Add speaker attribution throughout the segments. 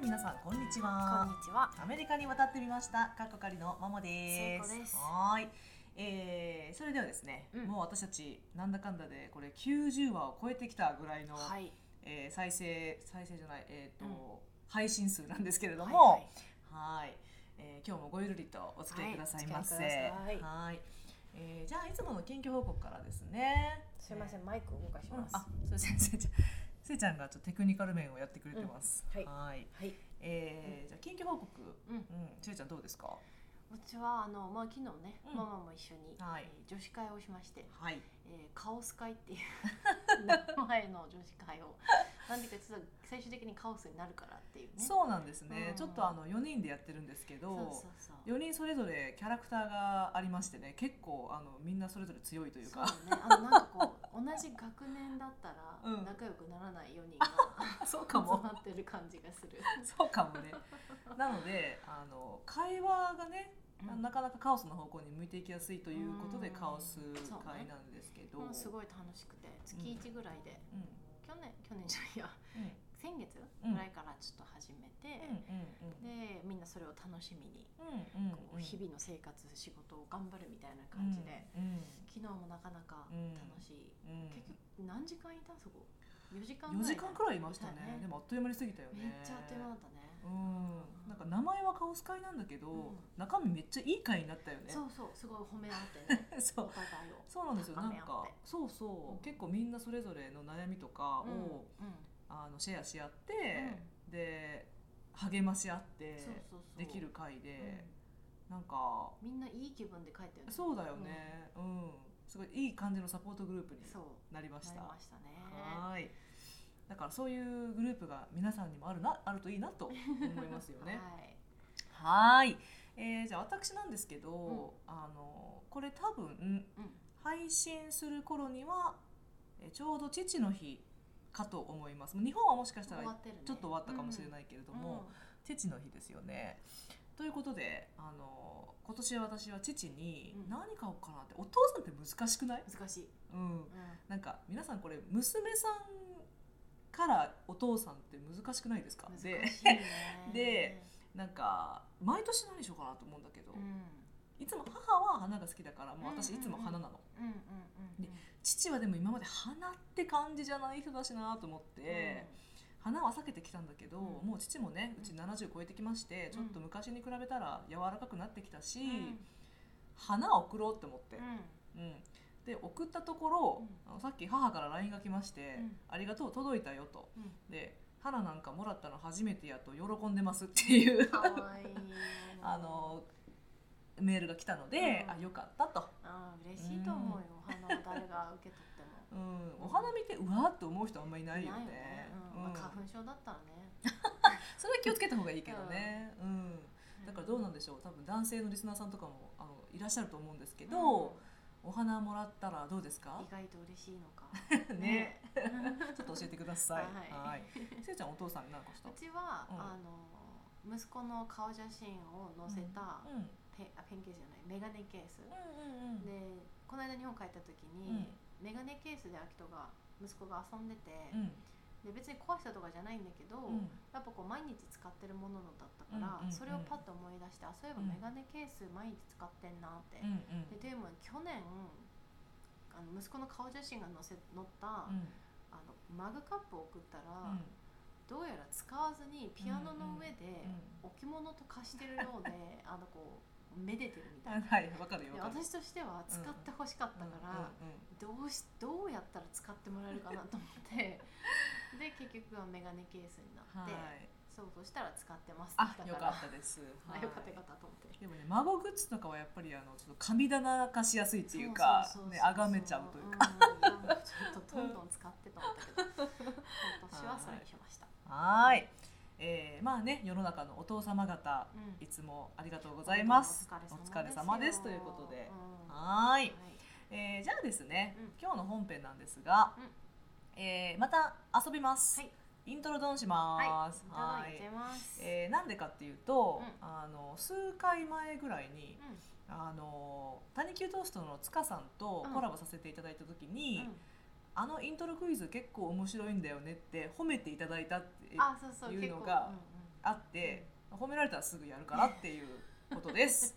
Speaker 1: 皆さんこんにち
Speaker 2: こん
Speaker 1: は
Speaker 2: にちは。
Speaker 1: アメリカに渡ってみましたカッコカリのママです
Speaker 2: 聖子です
Speaker 1: はーいえー、それではですね、
Speaker 2: うん
Speaker 1: もう私たちなんだかんだでこれ90話を超えてきたぐらいの、
Speaker 2: はい。
Speaker 1: えー再生再生じゃないえっ、と、
Speaker 2: うん
Speaker 1: 配信数なんですけれども、
Speaker 2: はいは
Speaker 1: は
Speaker 2: い
Speaker 1: い、えー今日もごゆるりとお付き合いくださいませ。は
Speaker 2: はいお付き合いくださ
Speaker 1: い
Speaker 2: い
Speaker 1: えーじゃあいつもの研究報告からですね。
Speaker 2: すみませ
Speaker 1: え
Speaker 2: ん、マイク動かし
Speaker 1: ー。うん
Speaker 2: ます。
Speaker 1: あ、そうですね。せいちゃん、せいちゃんがちょっとテクニカル面をやってくれてます。
Speaker 2: うん
Speaker 1: はーい。
Speaker 2: はい。
Speaker 1: えーじゃあ研究報告。
Speaker 2: うん
Speaker 1: うん。せいちゃんどうですか。
Speaker 2: うちはあのまあ昨日ね、
Speaker 1: うん
Speaker 2: ママも一緒に、
Speaker 1: はい
Speaker 2: えー女子会をしまして、
Speaker 1: はい。
Speaker 2: えー、カオス会っていう名前の女子会を、なんでかちょっと最終的にカオスになるからっていうね。う
Speaker 1: そうなんですね。
Speaker 2: うん
Speaker 1: ちょっとあの四人でやってるんですけど。
Speaker 2: そうそうそう。
Speaker 1: 4人それぞれキャラクターがありましてね結構あのみんなそれぞれ強いという
Speaker 2: そう
Speaker 1: か
Speaker 2: ね、あのなんかこう同じ学年だったら
Speaker 1: うん
Speaker 2: 仲良くならない4人 が
Speaker 1: そう
Speaker 2: 集まってる感じがする。
Speaker 1: そうか もね。なのであの会話がね、
Speaker 2: うん
Speaker 1: なかなかカオスの方向に向いていきやすいということで、
Speaker 2: うん
Speaker 1: カオス会なんですけど、
Speaker 2: もうすごい楽しくて月1ぐらいで、
Speaker 1: うん
Speaker 2: 去年去年じゃないや
Speaker 1: うん
Speaker 2: 先月
Speaker 1: うん
Speaker 2: ぐらいからちょっと始めて、
Speaker 1: うん
Speaker 2: でみんなそれを楽しみに、
Speaker 1: うんうん
Speaker 2: こ
Speaker 1: う
Speaker 2: うん日々の生活仕事を頑張るみたいな感じで、
Speaker 1: うん
Speaker 2: 昨日もなかなか
Speaker 1: うん
Speaker 2: 楽しい、
Speaker 1: うんうん
Speaker 2: 結局何時間いたそこ4時間
Speaker 1: 4
Speaker 2: ぐらい
Speaker 1: 時間くらいいましたね
Speaker 2: そうだね
Speaker 1: でもあっという間に過ぎたよね
Speaker 2: めっちゃあっという間だったね、
Speaker 1: うん、なんか名前はカオス会なんだけど、
Speaker 2: うん
Speaker 1: 中身めっちゃいい会になったよね
Speaker 2: そうそうすごい褒め合って ね
Speaker 1: そ
Speaker 2: お
Speaker 1: う
Speaker 2: 互いを
Speaker 1: そうなんですよな
Speaker 2: 高
Speaker 1: ん
Speaker 2: め合って
Speaker 1: かそうそう、
Speaker 2: うん
Speaker 1: 結構みんなそれぞれの悩みとかを、
Speaker 2: うんうん
Speaker 1: あのシェアし合って、
Speaker 2: う
Speaker 1: で励まし合って
Speaker 2: そうそうそう
Speaker 1: できる会で、
Speaker 2: う
Speaker 1: なんか
Speaker 2: んみんないい気分で帰ったよね
Speaker 1: そうだよね、うんすごいいい感じのサポートグループに
Speaker 2: そう
Speaker 1: なりまし
Speaker 2: な
Speaker 1: た
Speaker 2: りましたね
Speaker 1: はーいだからそういうグループが皆さんにもあるなあるといいなと思いますよ ねは
Speaker 2: はい
Speaker 1: ーいえーじゃあ私なんですけど、あのこれ多分
Speaker 2: うん
Speaker 1: 配信する頃にはえーちょうど父の日かと思いますもう日本はもしかしたら
Speaker 2: 終わってるね
Speaker 1: ちょっと終わったかもしれないけれ
Speaker 2: け
Speaker 1: ども、父の日ですよね。ということであの今年私は父に
Speaker 2: うん
Speaker 1: 何買おうかなって、お父さんって難しくない、
Speaker 2: 難しい、
Speaker 1: うん、
Speaker 2: うん
Speaker 1: なんか皆さんこれ娘さんからお父さんって難しくないですか
Speaker 2: 難しい
Speaker 1: で
Speaker 2: ね
Speaker 1: でなんか毎年何しようかなと思うんだけど、
Speaker 2: うん、
Speaker 1: いつも母は花が好きだからもう私
Speaker 2: うん
Speaker 1: い
Speaker 2: うんうん
Speaker 1: つも花なの、
Speaker 2: うんうんうん
Speaker 1: で父はでも今まで花って感じじゃない人だしなと思って。花は避けてきたんだけど、
Speaker 2: うん
Speaker 1: もう父もね
Speaker 2: う
Speaker 1: う
Speaker 2: ん
Speaker 1: ち70超えてきまして、ちょっと昔に比べたら柔らかくなってきたし、
Speaker 2: うんうん
Speaker 1: 花を送ろうって思って、
Speaker 2: うん
Speaker 1: うんで送ったところ
Speaker 2: うん、
Speaker 1: あのさっき母から LINE が来まして「
Speaker 2: うん
Speaker 1: ありがとう届いたよ」と
Speaker 2: うん
Speaker 1: 「で花なんかもらったの初めてや」と「喜んでます」っていう
Speaker 2: かわいい
Speaker 1: あのメールが来たので、
Speaker 2: うん
Speaker 1: あよかったと、
Speaker 2: あー嬉しいと思うよ、お花を誰が受け取っても
Speaker 1: うん、お花見てうわーって思う人あんまりいないよね
Speaker 2: うん
Speaker 1: う
Speaker 2: まあ
Speaker 1: ん
Speaker 2: 花粉症だったらね
Speaker 1: それは気をつけた方がいいけどね。うんだからどうなん
Speaker 2: で
Speaker 1: でしょう多分男性のリスナーさんとかもあのいらっしゃると思うんですけ
Speaker 2: す
Speaker 1: ど、お花もらったらどうですか
Speaker 2: 意外と嬉しいのか
Speaker 1: ね
Speaker 2: ね
Speaker 1: ちょっと教えてください
Speaker 2: はい
Speaker 1: はいせいちゃんお父さんに何かした
Speaker 2: うちは、
Speaker 1: うん
Speaker 2: あの息子の顔写真を載せた
Speaker 1: うんうん
Speaker 2: ペン,、あペンケースじゃないメガネケース、
Speaker 1: うんうん
Speaker 2: でこの間日本帰った時に、メガネケースで秋人が息子が遊んでて、
Speaker 1: うん
Speaker 2: で別に壊したとかじゃないんだけど、
Speaker 1: うん
Speaker 2: やっぱこう毎日使ってるものだったから、
Speaker 1: うんうんうん
Speaker 2: それをパッと思い出してあそういえば
Speaker 1: うん
Speaker 2: メガネケース毎日使ってんなって、
Speaker 1: うん
Speaker 2: ででも去年あの息子の顔写真が載せ載った、
Speaker 1: うん
Speaker 2: あのマグカップを送った
Speaker 1: う
Speaker 2: ら、
Speaker 1: ん
Speaker 2: どうやら使わずにピアノの上で
Speaker 1: う
Speaker 2: 置物と化してるようであのこうめでてるみたい
Speaker 1: ん はいわかるよわ
Speaker 2: な
Speaker 1: か
Speaker 2: で
Speaker 1: る
Speaker 2: 私としては使ってほしかったから。
Speaker 1: うんうん
Speaker 2: どうしどうやったら使ってもらえるかなと思って で結局はメガネケースになっ
Speaker 1: は
Speaker 2: て、
Speaker 1: い
Speaker 2: そうそうしたら使ってます
Speaker 1: あ
Speaker 2: だ
Speaker 1: よ
Speaker 2: から
Speaker 1: かったです
Speaker 2: あよかったよか
Speaker 1: っ
Speaker 2: ったと思って
Speaker 1: たでもね孫グッズとかはやっぱりあのちょっと神棚化しやすいっていうか
Speaker 2: そうそうそうそう
Speaker 1: ねあがめちゃうというか
Speaker 2: うんいやもうちょっとどんどん使ってと思ったけど今年はそれにしました、
Speaker 1: はーい、えー、まあね世の中のお父様方
Speaker 2: うん
Speaker 1: いつもありがとうございます。
Speaker 2: お
Speaker 1: お疲れ様ですということで、
Speaker 2: うん
Speaker 1: はーい、
Speaker 2: はい
Speaker 1: えー、じゃあですね、
Speaker 2: うん
Speaker 1: 今日の本編なんですが、えー、また遊びます。
Speaker 2: はい
Speaker 1: イントロドンします。
Speaker 2: はい
Speaker 1: ー
Speaker 2: いただいてます、
Speaker 1: えー、なんでかっていうと、
Speaker 2: うん
Speaker 1: あの数回前ぐらいに、
Speaker 2: うん
Speaker 1: あの谷球トーストの塚さんとコラボさせていただいた時に、
Speaker 2: うん
Speaker 1: あのイントロクイズ結構面白いんだよねって褒めていただいたって
Speaker 2: あそうそう
Speaker 1: いう
Speaker 2: 結
Speaker 1: の
Speaker 2: 構
Speaker 1: が
Speaker 2: うんうん
Speaker 1: あって褒められたらすぐやるからっていうことです。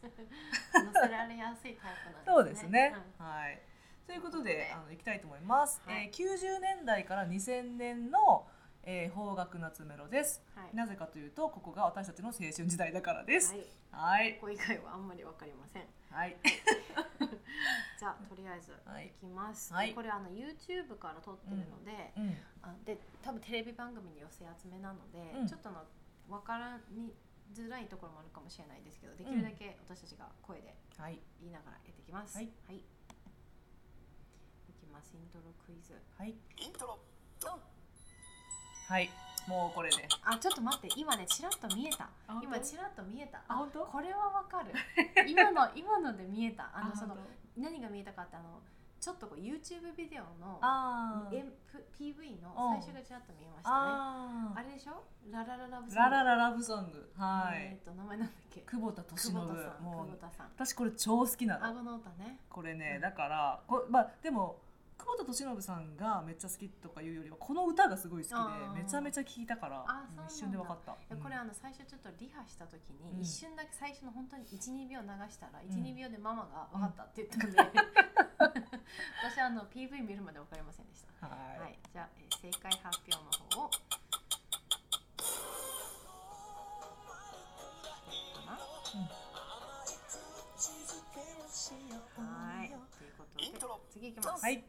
Speaker 2: 乗せられやすいタイプ
Speaker 1: そ
Speaker 2: な
Speaker 1: うん
Speaker 2: で
Speaker 1: です
Speaker 2: ね。
Speaker 1: すね
Speaker 2: うん。
Speaker 1: はい。ということで、
Speaker 2: ね
Speaker 1: あの行きたいと思います。
Speaker 2: はい
Speaker 1: えー90年代から2000年の、えー、邦楽夏メロです。
Speaker 2: はい。
Speaker 1: なぜかというと、ここが私たちの青春時代だからです。
Speaker 2: はい。
Speaker 1: はい。
Speaker 2: ここ以外はあんまりわかりません。
Speaker 1: はい。
Speaker 2: じゃあとりあえず
Speaker 1: はい
Speaker 2: いきます。
Speaker 1: はい
Speaker 2: これあの YouTube から撮ってるので、
Speaker 1: うん。
Speaker 2: あで多分テレビ番組に寄せ集めなので、
Speaker 1: うん
Speaker 2: ちょっとのわからにづらいところもあるかもしれないですけど、できるだけ私たちが声で
Speaker 1: はい。
Speaker 2: 言いながらやっていきます。
Speaker 1: はい。
Speaker 2: い、きます。イントロクイズ。
Speaker 1: はい。イントロ。はい。もうこれで。
Speaker 2: あ、ちょっと待って。今ね、ちらっと見えた
Speaker 1: あ。
Speaker 2: 今
Speaker 1: 本当
Speaker 2: ちらっと見えた。
Speaker 1: あ本当
Speaker 2: これはわかる。今の今ので見えた。あのその
Speaker 1: 本
Speaker 2: 何が見えたかってあのちょっとこう YouTube ビデオの
Speaker 1: 当あー
Speaker 2: M P- PV の最初がちらっと見えましたね。
Speaker 1: あ
Speaker 2: あ
Speaker 1: ー
Speaker 2: れでしょ？ララララブソン
Speaker 1: ラ
Speaker 2: グ。
Speaker 1: ラララブソング。は
Speaker 2: え
Speaker 1: い
Speaker 2: っ。と名前なんだっけ？
Speaker 1: 久保田利
Speaker 2: 久
Speaker 1: 伸。
Speaker 2: 保田さん。久
Speaker 1: も
Speaker 2: 保
Speaker 1: う。
Speaker 2: 田さん。
Speaker 1: 私これ超好きなの。
Speaker 2: 顎の歌ね。
Speaker 1: これ
Speaker 2: う
Speaker 1: ね
Speaker 2: ん
Speaker 1: だからこまあでも久保田利伸さんがめっちゃ好きとかいうよりはこの歌がすごい好きで
Speaker 2: あー
Speaker 1: めちゃめちゃ聴いたから
Speaker 2: あそうなんだ
Speaker 1: 一瞬で分かった。
Speaker 2: いやこれ
Speaker 1: うん
Speaker 2: あの最初ちょっとリハした時に、
Speaker 1: うん
Speaker 2: 一瞬だけ最初の本当に12秒流したら
Speaker 1: ん
Speaker 2: 12、秒でママが「分かった」って言ったんで、 私あの PV 見るまで分かりませんでした、は
Speaker 1: は
Speaker 2: い
Speaker 1: い
Speaker 2: じゃあ、えー正解発表の方をどうかなはいということで次いきます、
Speaker 1: はい、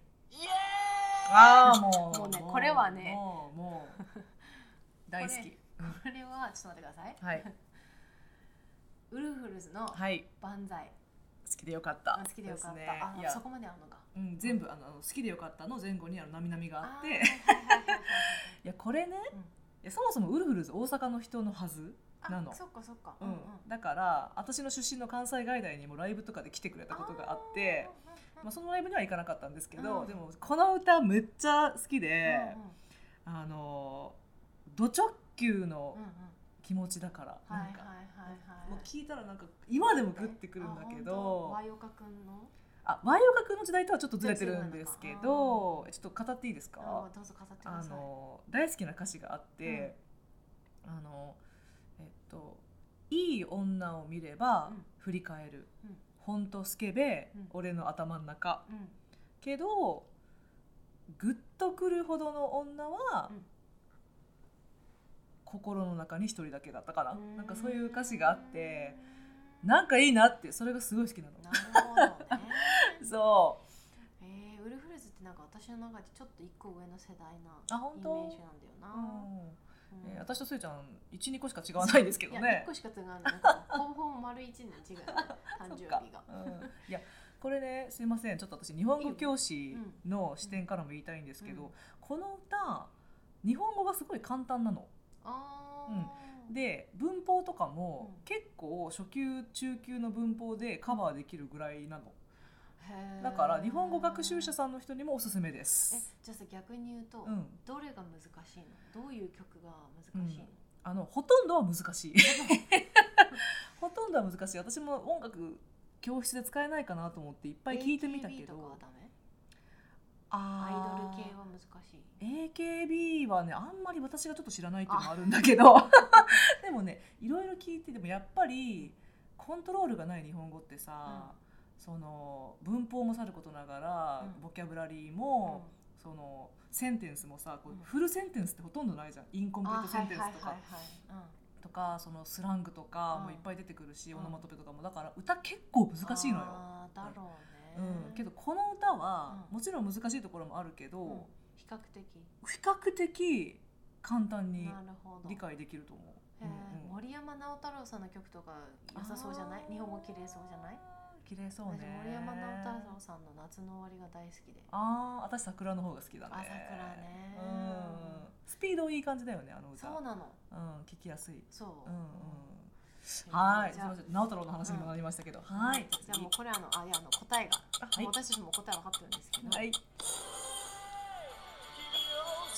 Speaker 1: ああ もう
Speaker 2: もうねこれはね
Speaker 1: もうもう大好き
Speaker 2: これはちょっと待ってください
Speaker 1: はい
Speaker 2: ウルフルズの
Speaker 1: はい
Speaker 2: 万歳
Speaker 1: 好きでよかった
Speaker 2: あ好きでよかった、
Speaker 1: すねい
Speaker 2: あ
Speaker 1: や
Speaker 2: そこまであるのか
Speaker 1: うん全部あの好きでよかったの前後にあのなみなみがあって
Speaker 2: ーはいは いはいはい
Speaker 1: いやこれね
Speaker 2: うん
Speaker 1: いやそもそもウルフルズ大阪の人のはず
Speaker 2: あ
Speaker 1: なの
Speaker 2: そっかそっか
Speaker 1: うんだから私の出身の関西外大にもライブとかで来てくれたことがあって
Speaker 2: あー
Speaker 1: まあ、そのライブには行かなかったんですけど、
Speaker 2: うん
Speaker 1: でもこの歌めっちゃ好き
Speaker 2: うんうん
Speaker 1: で、あのド直球の
Speaker 2: うんうん
Speaker 1: 気持ちだから、
Speaker 2: はいは
Speaker 1: なん
Speaker 2: い
Speaker 1: か、
Speaker 2: はいはい
Speaker 1: もう聞いたらなんか今でもグッてくるんだけど
Speaker 2: あ本当和洋歌くんの
Speaker 1: あ和洋楽の時代とはちょっとずれてるんですけどちょっと語っていいですか、
Speaker 2: あどうぞ飾ってくだ
Speaker 1: あ
Speaker 2: さい
Speaker 1: の大好きな歌詞があって、あのえっと「いい女を見れば
Speaker 2: うん
Speaker 1: 振り返る」
Speaker 2: うん
Speaker 1: ほんとスケベ、
Speaker 2: うん
Speaker 1: 俺の頭の中」
Speaker 2: うん
Speaker 1: けどグッとくるほどの女は、
Speaker 2: うん
Speaker 1: 心の中に一人だけだったかな、
Speaker 2: うー
Speaker 1: なんかそういう歌詞があってなんかいいなってそれがすごい好きなの。
Speaker 2: なるほど ね
Speaker 1: そう
Speaker 2: えーウルフルズってなんか私の中でちょっと一個上の世代な
Speaker 1: あ本
Speaker 2: イメ
Speaker 1: 当
Speaker 2: ージなんだよ
Speaker 1: う
Speaker 2: なんうん
Speaker 1: えー私とすいちゃん12個しか違わないですけど
Speaker 2: いや
Speaker 1: ね
Speaker 2: 一。個しか違うのなんかほぼほぼ丸一年違うよね誕生 日が
Speaker 1: うんいやこれねすいませんちょっと私日本語教師の視点からも言いたいんですけど、
Speaker 2: うん
Speaker 1: この歌日本語がすごい簡単なの。
Speaker 2: あー
Speaker 1: で文法とかも
Speaker 2: うん
Speaker 1: 結構初級中級の文法でカバーできるぐらいなの
Speaker 2: へー
Speaker 1: だから日本語学習者さんの人にもおすすめで
Speaker 2: え
Speaker 1: す。
Speaker 2: じゃあさ逆に言うと、
Speaker 1: うん、
Speaker 2: どれが難しいのどういう曲が難しいの、
Speaker 1: あのほとんどは難しい ほとんどは難しい私も音楽教室で使えないかなと思っていっぱい聞いてみたけ
Speaker 2: AKB とかは
Speaker 1: ど
Speaker 2: ダメアイ
Speaker 1: あ
Speaker 2: ド
Speaker 1: ー
Speaker 2: ル系は難しい
Speaker 1: AKB はねあんまり私がちょっと知らないっていうのもあるんだけど でもねいろいろ聞いててもやっぱりコントロールがない日本語ってさ、その文法もさることながら、
Speaker 2: うん
Speaker 1: ボキャブラリー
Speaker 2: うん
Speaker 1: も、そのセンテンスもさこう
Speaker 2: うん
Speaker 1: フルセンテンスってほとんどないじゃんインコンプリートセンテンスと
Speaker 2: あ
Speaker 1: か
Speaker 2: はいはいはいはい
Speaker 1: とかそのスラングとかも
Speaker 2: うん
Speaker 1: いっぱい出てくるし、
Speaker 2: うん
Speaker 1: オノマトペとかもだから歌結構
Speaker 2: うん
Speaker 1: 難しいのよ。
Speaker 2: あーだろ
Speaker 1: う
Speaker 2: うね、
Speaker 1: ん、けどこの歌は、
Speaker 2: うん
Speaker 1: もちろん難しいところもあるけど、
Speaker 2: うん比較的
Speaker 1: 比較的簡単に
Speaker 2: なるほど
Speaker 1: 理解できると思う。
Speaker 2: へ
Speaker 1: うん
Speaker 2: ー
Speaker 1: うん
Speaker 2: 森山直太朗さんの曲とか良さそうじゃない日本語綺麗そうじゃない
Speaker 1: 綺麗そうね
Speaker 2: 私。森山直太朗さんの夏の終わりが大好きで
Speaker 1: ああ、私桜の方が好きだね。
Speaker 2: あ桜ね
Speaker 1: うん。スピードいい感じだよね、あの歌。
Speaker 2: そうなの
Speaker 1: うん、聞きやすい。
Speaker 2: そう
Speaker 1: うんうん。
Speaker 2: じゃあ
Speaker 1: はい、すみません、直太朗の話にもなりましたけど、はい。
Speaker 2: じゃあもうこれあのあいやあの答えが、
Speaker 1: はい
Speaker 2: もう私たちも答え分かってるんですけど、
Speaker 1: 次はい。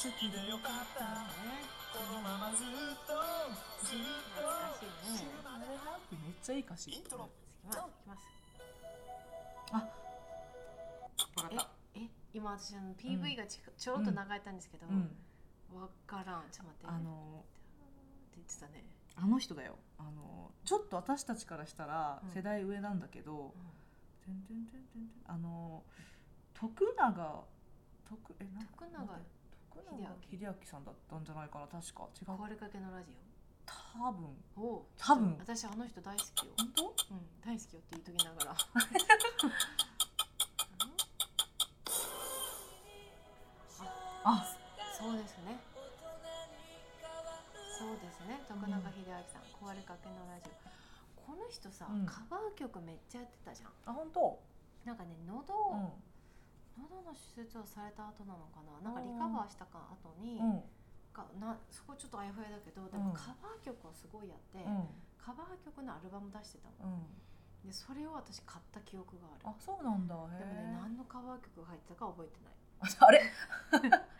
Speaker 3: 好きでよかったこのままずっとずっと
Speaker 2: 懐かしいね
Speaker 1: めっちゃいい歌詞。
Speaker 3: イントロ
Speaker 2: いきますいきます
Speaker 1: わかった。
Speaker 2: え今私あの PV がち,、ちょろっと流れたんですけど、
Speaker 1: うん。
Speaker 2: わからんちょっと待って
Speaker 1: あの
Speaker 2: って言ってたね
Speaker 1: あの人だよあのちょっと私たちからしたら
Speaker 2: うん
Speaker 1: 世代上なんだけど、
Speaker 2: うん
Speaker 1: てんてんてんてんてんあの徳永徳えなん
Speaker 2: 徳永
Speaker 1: 待って徳永秀明さんだったんじゃないかな確か違う
Speaker 2: 壊れかけのラジ
Speaker 1: 多分
Speaker 2: オおう
Speaker 1: 多分
Speaker 2: 私あの人大好きよ、
Speaker 1: 本当
Speaker 2: うん、大好きよって言いとき ながら
Speaker 1: あ
Speaker 2: そうですねそうですね徳永英明さん、壊れかけのラジオこの人さ、
Speaker 1: うん
Speaker 2: カバー曲めっちゃやってたじゃん
Speaker 1: あ本当
Speaker 2: なんかね喉
Speaker 1: うん
Speaker 2: を、喉の手術をされた後なのかななんかリカバーしたか後に、
Speaker 1: うん
Speaker 2: かなそこちょっとあやふやだけどでも
Speaker 1: うん
Speaker 2: カバー曲をすごいやって、
Speaker 1: うん
Speaker 2: カバー曲のアルバム出してた
Speaker 1: う
Speaker 2: の、
Speaker 1: ん
Speaker 2: でそれを私買った記憶があ
Speaker 1: あ
Speaker 2: る
Speaker 1: そうなんだ
Speaker 2: でも
Speaker 1: へ
Speaker 2: ね
Speaker 1: え
Speaker 2: 何のカバー曲が入ってたか覚えてない
Speaker 1: あれ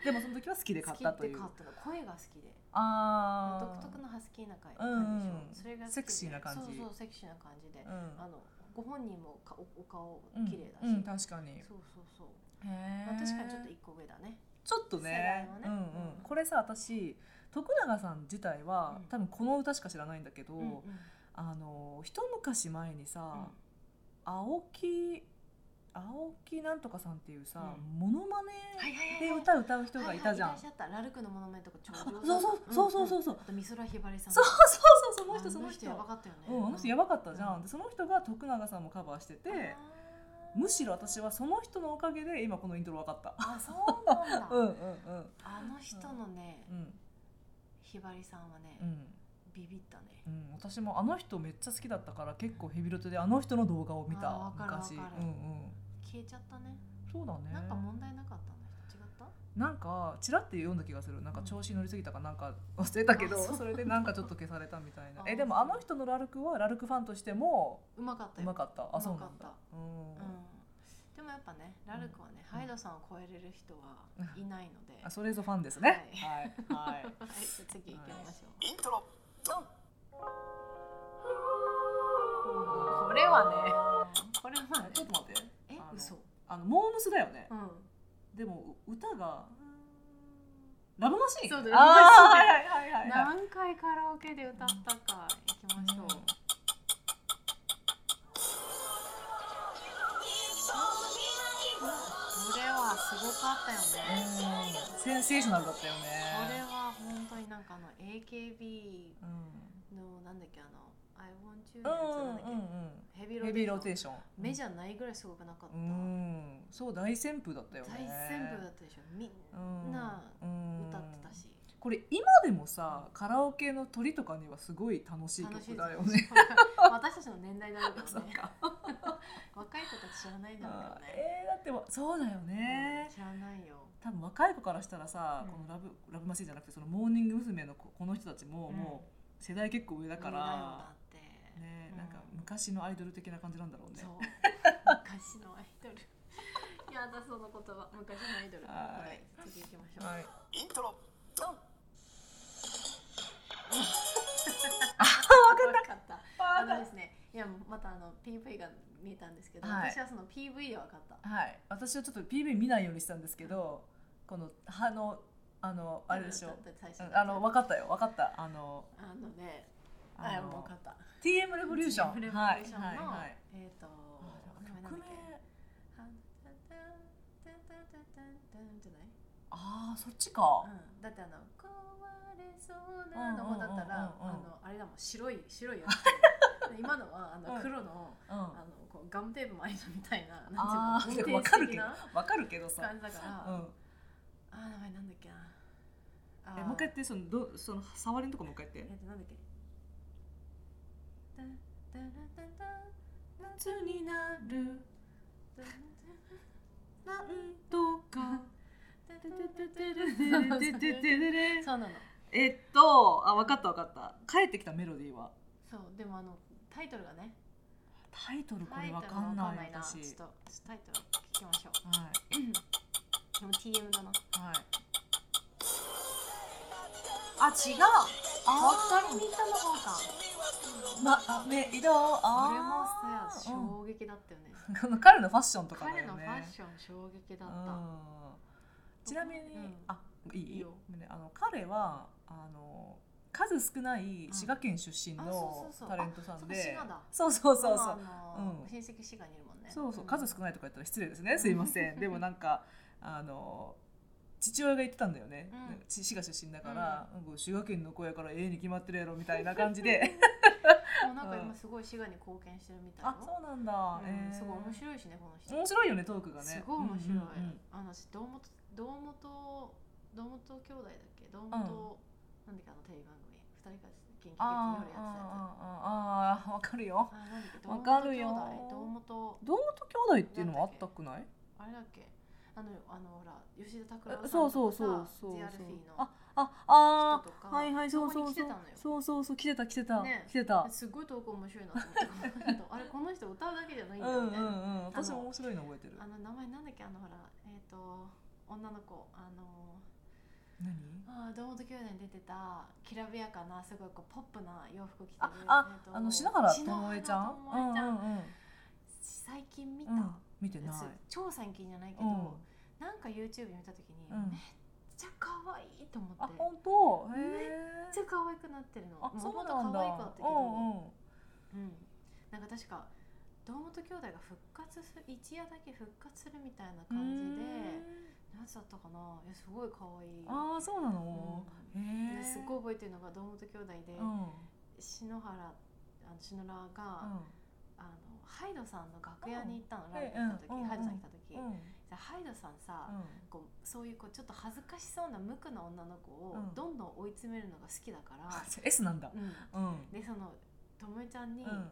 Speaker 1: でもその時は好きで買ったという
Speaker 2: 好きって買ったの声が好きで
Speaker 1: ああ
Speaker 2: 独特のハスキーな感じでしょ、
Speaker 1: うんうん
Speaker 2: それが好きで
Speaker 1: セクシーな感じ
Speaker 2: そうそうセクシーな感じで、
Speaker 1: うん
Speaker 2: あのご本人もかおお顔
Speaker 1: うん
Speaker 2: 綺麗だし、
Speaker 1: うん、確かにへ
Speaker 2: そうそうそう、
Speaker 1: え
Speaker 2: まあ、確かにちょっと一個上だね
Speaker 1: ちょっと
Speaker 2: 世代
Speaker 1: ね
Speaker 2: はね
Speaker 1: うん
Speaker 2: う
Speaker 1: うんん、これさ私徳永さん自体は、
Speaker 2: うん
Speaker 1: 多分この歌しか知らないんだけど、
Speaker 2: うんうん
Speaker 1: あの一昔前にさ、
Speaker 2: う
Speaker 1: 青木青木なんとかさんっていうさ、
Speaker 2: うん
Speaker 1: モノマネ
Speaker 2: んはいはいはい
Speaker 1: で
Speaker 2: はい
Speaker 1: 歌歌う人がいたじゃん、
Speaker 2: はいはい、いらっしゃったラルクのモノマネとか超上手
Speaker 1: そうそうそうそうそうそう
Speaker 2: あと美空ひばりさん
Speaker 1: そう
Speaker 2: あ
Speaker 1: そうそうその人その人
Speaker 2: やばかったよね
Speaker 1: うん、あの人やばかったじゃん、
Speaker 2: うん
Speaker 1: でその人が徳永さんもカバーしてて
Speaker 2: あー
Speaker 1: むしろ私はその人のおかげで今このイントロ分かった
Speaker 2: あそうなんだ、
Speaker 1: うんうんうん
Speaker 2: あの人のね、
Speaker 1: うん
Speaker 2: ひばりさんはね、
Speaker 1: うん
Speaker 2: ビビったね
Speaker 1: うん、私もあの人めっちゃ好きだったから結構ヘビロテであの人の動画を見
Speaker 2: あー
Speaker 1: た
Speaker 2: わかる
Speaker 1: 昔、うん
Speaker 2: わか
Speaker 1: う
Speaker 2: る
Speaker 1: ん、
Speaker 2: 消えちゃったね
Speaker 1: そうだね
Speaker 2: なんか問題なかったの人違った
Speaker 1: なんかチラって読んだ気がするなんか調子乗りすぎたかなんか忘れたけど、
Speaker 2: あそう
Speaker 1: それでなんかちょっと消されたみたいな
Speaker 2: あ
Speaker 1: えでもあの人のラルクはラルクファンとしても
Speaker 2: うまかった
Speaker 1: う
Speaker 2: よ
Speaker 1: まかったあそう
Speaker 2: うま
Speaker 1: な
Speaker 2: かっ
Speaker 1: ん
Speaker 2: た
Speaker 1: だうん、
Speaker 2: うん、でもやっぱねラルクはね、
Speaker 1: うん
Speaker 2: ハイドさんを超えれる人はいないので、
Speaker 1: あそれぞファンですねはいはい、
Speaker 2: はいじゃあ次行きましょう、
Speaker 3: イントロドン
Speaker 2: これは ねこれは
Speaker 1: あ
Speaker 2: ね
Speaker 1: ちょっと待って
Speaker 2: え
Speaker 1: あの
Speaker 2: 嘘
Speaker 1: あのモームスだよね
Speaker 2: う、ん
Speaker 1: でも歌がラブマシーン
Speaker 2: そうだよ
Speaker 1: あーはいはいはいはいはい
Speaker 2: 何回カラオケで歌ったか行きましょう、
Speaker 1: うん
Speaker 2: これはすごかったよね、
Speaker 1: うんセンセーショナルだったよね
Speaker 2: これは本当になんかあの AKB
Speaker 1: う
Speaker 2: のなんだっけあの「I want you」
Speaker 1: ん
Speaker 2: のやつなんだっけ、
Speaker 1: うんうん
Speaker 2: ヘビ
Speaker 1: う
Speaker 2: ー
Speaker 1: んヘビーロ
Speaker 2: ロ
Speaker 1: ー
Speaker 2: ー
Speaker 1: テ
Speaker 2: テ
Speaker 1: ー
Speaker 2: ーシ
Speaker 1: ション
Speaker 2: ョン目じゃないぐらいすごくなかった、
Speaker 1: うんそう大旋風だったよね
Speaker 2: 大旋風だったでしょみんな
Speaker 1: うん
Speaker 2: 歌ってたし、
Speaker 1: これ今でもさカラオケの鳥とかにはすごい楽しい
Speaker 2: 楽しい
Speaker 1: 曲
Speaker 2: です
Speaker 1: だよね
Speaker 2: 私たちの年代だろう けどね 若い子たち知らないだろう
Speaker 1: あー
Speaker 2: けどね、
Speaker 1: えーだってわそうだよね
Speaker 2: うん知らないよ
Speaker 1: 多分若い子からしたらさ、
Speaker 2: うん
Speaker 1: このラブラブマシーンじゃなくてそのモーニング娘。のここの人たちも、
Speaker 2: うん
Speaker 1: もう世代結構上だか
Speaker 2: みんなよだ
Speaker 1: ら、
Speaker 2: って、
Speaker 1: ね
Speaker 2: うん
Speaker 1: なんか昔のアイドル的な感じなんだろうね
Speaker 2: そう昔のアイドル やだその言葉昔のアイドル
Speaker 1: はい
Speaker 2: はい次行きましょう、
Speaker 1: はい
Speaker 3: イントロドン
Speaker 2: 分かったあ
Speaker 1: あ
Speaker 2: のですねいやもうまたあの PV が見えたんですけど、
Speaker 1: はい
Speaker 2: 私はその PV で分かった
Speaker 1: はい、私はちょっと PV 見ないようにしたんですけど、このあのあのあれでしょ
Speaker 2: だっ。て最初
Speaker 1: うんあの分かったよ、分かった。あの
Speaker 2: あのね
Speaker 1: あの
Speaker 2: あもう分かった
Speaker 1: TM レボリューション。
Speaker 2: レボリュ
Speaker 1: は
Speaker 2: ー
Speaker 1: い
Speaker 2: ションの、
Speaker 1: はいはい。
Speaker 2: えっ、ー、と
Speaker 1: 曲名
Speaker 2: タンタンタンタンタンタンタンタンじゃない
Speaker 1: ああそっちか。
Speaker 2: うん、だってあの「壊れそうな」のもだったら
Speaker 1: うんうんうんう
Speaker 2: あ
Speaker 1: んうん
Speaker 2: のあれだもん白い白いやつで今のはあ
Speaker 1: う
Speaker 2: の
Speaker 1: ん
Speaker 2: 黒の,、
Speaker 1: うん。
Speaker 2: あのこうガムテープ巻いたみたいなな
Speaker 1: あ
Speaker 2: ん
Speaker 1: あ
Speaker 2: ていうの
Speaker 1: 分
Speaker 2: 運
Speaker 1: か
Speaker 2: 転
Speaker 1: る
Speaker 2: 的
Speaker 1: けど
Speaker 2: な
Speaker 1: 分かるけどさ
Speaker 2: 感。じだから、
Speaker 1: うん。
Speaker 2: あー名前なんだっけなあ
Speaker 1: え
Speaker 2: ー
Speaker 1: もう一回やってそのどその触りのとこもう一回やっ
Speaker 2: え
Speaker 1: て。
Speaker 2: っとなんだっけタンタラタンタン
Speaker 1: 夏になる
Speaker 2: タン
Speaker 1: なんとか。
Speaker 2: そうなの
Speaker 1: えっとあ分かった分かった。帰ってきたメロディーは。
Speaker 2: そうでもあのタイトルがね
Speaker 1: タイトルこ
Speaker 2: タイ
Speaker 1: れ
Speaker 2: ト
Speaker 1: 分
Speaker 2: ル
Speaker 1: かん
Speaker 2: わ
Speaker 1: ない
Speaker 2: ち
Speaker 1: 私。
Speaker 2: ょっとタイトル聞きましょう
Speaker 1: はい。
Speaker 2: でも TM だな
Speaker 1: はい。あ、違う。あ
Speaker 2: 二人見たの方か
Speaker 1: ー、ま、あ、目色。
Speaker 2: 俺
Speaker 1: あ
Speaker 2: も
Speaker 1: ー
Speaker 2: さ衝撃だったよね
Speaker 1: うん この彼のファッションとかだよ
Speaker 2: 彼
Speaker 1: ね。
Speaker 2: のファッション衝撃だっ
Speaker 1: うんちなみに、
Speaker 2: うん
Speaker 1: あ、いい。
Speaker 2: いいよ
Speaker 1: ねあの、彼は、あの、数少ない滋賀県出身の
Speaker 2: あそうそうそう
Speaker 1: タレントさん
Speaker 2: あそ
Speaker 1: で
Speaker 2: こ滋賀だ
Speaker 1: そうそうそうそ
Speaker 2: まあ
Speaker 1: う
Speaker 2: あの
Speaker 1: うん
Speaker 2: 親戚滋賀にいるもんね
Speaker 1: そうそう数少
Speaker 2: い
Speaker 1: ないとか言ったら失礼ですねすいませんでもなんかあの父親が言ってたんだよね、
Speaker 2: うん
Speaker 1: なんか滋賀出身だから、うん滋賀県の子やからええに決まってるやろみたいな感じで
Speaker 2: もうなんか
Speaker 1: うん
Speaker 2: 今すごい滋賀に貢献してるみたいよ
Speaker 1: あそうなんだ、
Speaker 2: うん
Speaker 1: えー
Speaker 2: すごい面白いしねこの人
Speaker 1: 面白いよねトークがね
Speaker 2: すごい面白い、
Speaker 1: うんうんうん
Speaker 2: あの私堂本堂本堂本兄弟だっけ堂本、なんだっけあのテレビ番組二人が元気元気
Speaker 1: あ
Speaker 2: 夜やってたやつ
Speaker 1: あああああわかるよ
Speaker 2: あなんだっけ堂
Speaker 1: わ
Speaker 2: 本
Speaker 1: かる
Speaker 2: 兄
Speaker 1: よ
Speaker 2: 弟堂本
Speaker 1: 堂本兄弟っていうのもあったくない
Speaker 2: あれだっけあのあのほら吉田拓郎さんとかさ
Speaker 1: そうそうそうそう
Speaker 2: JRF
Speaker 1: あ
Speaker 2: の
Speaker 1: ああ
Speaker 2: 人とか
Speaker 1: あはいはいそう
Speaker 2: こ
Speaker 1: そ
Speaker 2: に
Speaker 1: う
Speaker 2: 来て
Speaker 1: そ
Speaker 2: た
Speaker 1: う
Speaker 2: のよ
Speaker 1: そうそうそう来てた来てた、
Speaker 2: ね
Speaker 1: 来てた
Speaker 2: すごい投稿面白いなと思って あれこの人歌うだけじゃな
Speaker 1: う
Speaker 2: いん
Speaker 1: ん
Speaker 2: だ
Speaker 1: うん
Speaker 2: みたいな、
Speaker 1: うん私も面白いの覚えてる
Speaker 2: あの名前なんだっけあのほらえっ、と女の子あの
Speaker 1: 何
Speaker 2: ああ、堂本兄弟に出てた、きらびやかな、すごいこうポップな洋服を着てる。
Speaker 1: ああ
Speaker 2: えーと
Speaker 1: あの篠原と
Speaker 2: 篠
Speaker 1: も
Speaker 2: 原
Speaker 1: えちゃん
Speaker 2: ともえちゃん
Speaker 1: うんうんうん
Speaker 2: 最近見た。
Speaker 1: うん、見てない
Speaker 2: つ超最近じゃないけど、
Speaker 1: うん
Speaker 2: なんか YouTube 見た時に、
Speaker 1: うん
Speaker 2: めっちゃ可愛いと思って。
Speaker 1: あ
Speaker 2: め
Speaker 1: 本当へえ
Speaker 2: っちゃ可愛くなってるの。
Speaker 1: あそう
Speaker 2: もと
Speaker 1: なん
Speaker 2: もと
Speaker 1: だ
Speaker 2: 可
Speaker 1: うんう
Speaker 2: 愛くなったけど、
Speaker 1: ん
Speaker 2: うんなんか確か。堂本兄弟が復活する一夜だけ復活するみたいな感じで何だったかないやすごい可愛い
Speaker 1: ああそうなの、へえ
Speaker 2: ですごい覚えてるのが堂本兄
Speaker 1: う
Speaker 2: 弟で、
Speaker 1: んうん
Speaker 2: 篠原あの篠原が、あのハイドさんの楽屋に行ったの、
Speaker 1: ん
Speaker 2: ライブ行った時、
Speaker 1: うんうん
Speaker 2: ハイドさん
Speaker 1: うん
Speaker 2: 来た時、じゃあハイドさんさ、
Speaker 1: うん
Speaker 2: こうそういうこうちょっと恥ずかしそうな無垢な女の子を
Speaker 1: うん
Speaker 2: どんどん追い詰めるのが好きだから
Speaker 1: あ、S なんだ
Speaker 2: うん
Speaker 1: うん
Speaker 2: でそのともえちゃんに、
Speaker 1: うん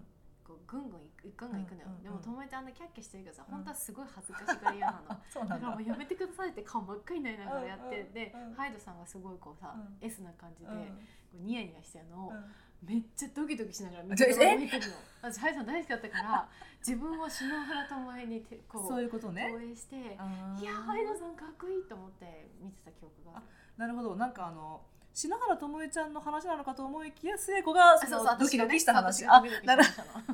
Speaker 2: こうぐんぐんいぐんぐん行くのよ、
Speaker 1: うんうんうん
Speaker 2: でもともえちゃんのキャッキャしてるけどさ、
Speaker 1: うん
Speaker 2: 本当はすごい恥ずかしがり屋なの
Speaker 1: あ そうなん
Speaker 2: だ
Speaker 1: だ
Speaker 2: からもうやめてくださいって顔ばっかりになりながらやって、
Speaker 1: うんうん
Speaker 2: で、
Speaker 1: うん
Speaker 2: ハイドさんがすごいこうさ、
Speaker 1: う
Speaker 2: S な感じで、
Speaker 1: うん
Speaker 2: こうニヤニヤしてるのを、
Speaker 1: うん
Speaker 2: めっちゃドキドキしながら見
Speaker 1: ちょ
Speaker 2: て
Speaker 1: え
Speaker 2: るの。私ハイさん大好きだったから自分を篠原智恵にてこう
Speaker 1: そういうことね
Speaker 2: 応援していや
Speaker 1: あー
Speaker 2: ハイドさんかっこいいと思って見てた記憶がある。
Speaker 1: なるほどなんかあの篠原ともえちゃんの話なのかと思いきや末子がそのドキドキした話
Speaker 2: あ
Speaker 1: あな
Speaker 2: なる
Speaker 1: る
Speaker 2: ほど。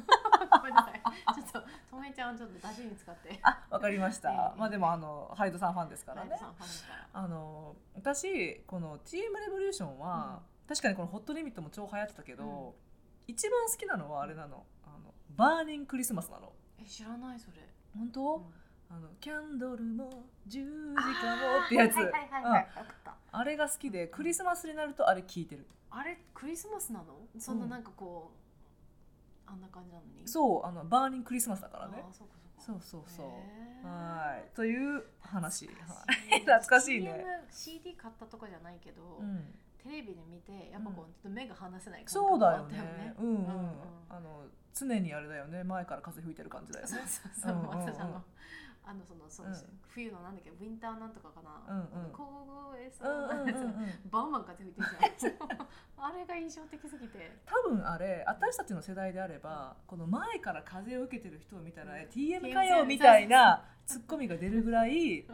Speaker 2: ごめんなさい。ちょっと智恵ちゃんをちょっと出しに使って。
Speaker 1: あわかりまし
Speaker 2: え
Speaker 1: た
Speaker 2: え
Speaker 1: まあでもあのハイドさんファンですから
Speaker 2: ハイ
Speaker 1: ね
Speaker 2: ドさんファンだから。
Speaker 1: あの私この TM レボリューションは、確かにこのホットリミットも超流行ってたけど、
Speaker 2: うん
Speaker 1: 一番好きなのはあれなのあのバーニングクリスマスなの
Speaker 2: え知らないそれ。
Speaker 1: 本当、
Speaker 2: うん
Speaker 1: あのキャンドルも十字架もってやつ
Speaker 2: あーはいはいはいはい。わかった。
Speaker 1: あれが好きでクリスマスになるとあれ聞いてる
Speaker 2: あれクリスマスなの？そんななんかこうあんな感じなのに。う
Speaker 1: そうあのバーニングクリスマスだからね
Speaker 2: あーそうかそうか。
Speaker 1: そうそうそう
Speaker 2: へー
Speaker 1: はいという話は
Speaker 2: 懐
Speaker 1: 懐かしいね
Speaker 2: CM CD 買ったとかじゃないけど、
Speaker 1: い、うん、
Speaker 2: テレビで見てやっぱこう、
Speaker 1: うん
Speaker 2: ちょっと目が離せない感
Speaker 1: そう
Speaker 2: 覚が
Speaker 1: だ
Speaker 2: あ
Speaker 1: よ
Speaker 2: った
Speaker 1: ね
Speaker 2: よ
Speaker 1: うんうん、
Speaker 2: うんうん
Speaker 1: あの常にあれだよね前から風吹いてる感じだよね
Speaker 2: そうそうそ
Speaker 1: う
Speaker 2: う、
Speaker 1: んうんうん
Speaker 2: 私あのあのそのその、
Speaker 1: うん
Speaker 2: 冬のなんだっけウィンターなんとかかな、
Speaker 1: うんうん
Speaker 2: 神々し
Speaker 1: う
Speaker 2: そ
Speaker 1: ん
Speaker 2: う
Speaker 1: うん
Speaker 2: な
Speaker 1: うんう
Speaker 2: やつ、
Speaker 1: ん
Speaker 2: バンバン風吹いてるじゃんあれが印象的すぎて
Speaker 1: 多分あれ私たちの世代であればこの前から風を受けてる人を見たら
Speaker 2: うん
Speaker 1: 「TM かよ」みたいなツッコミが出るぐら い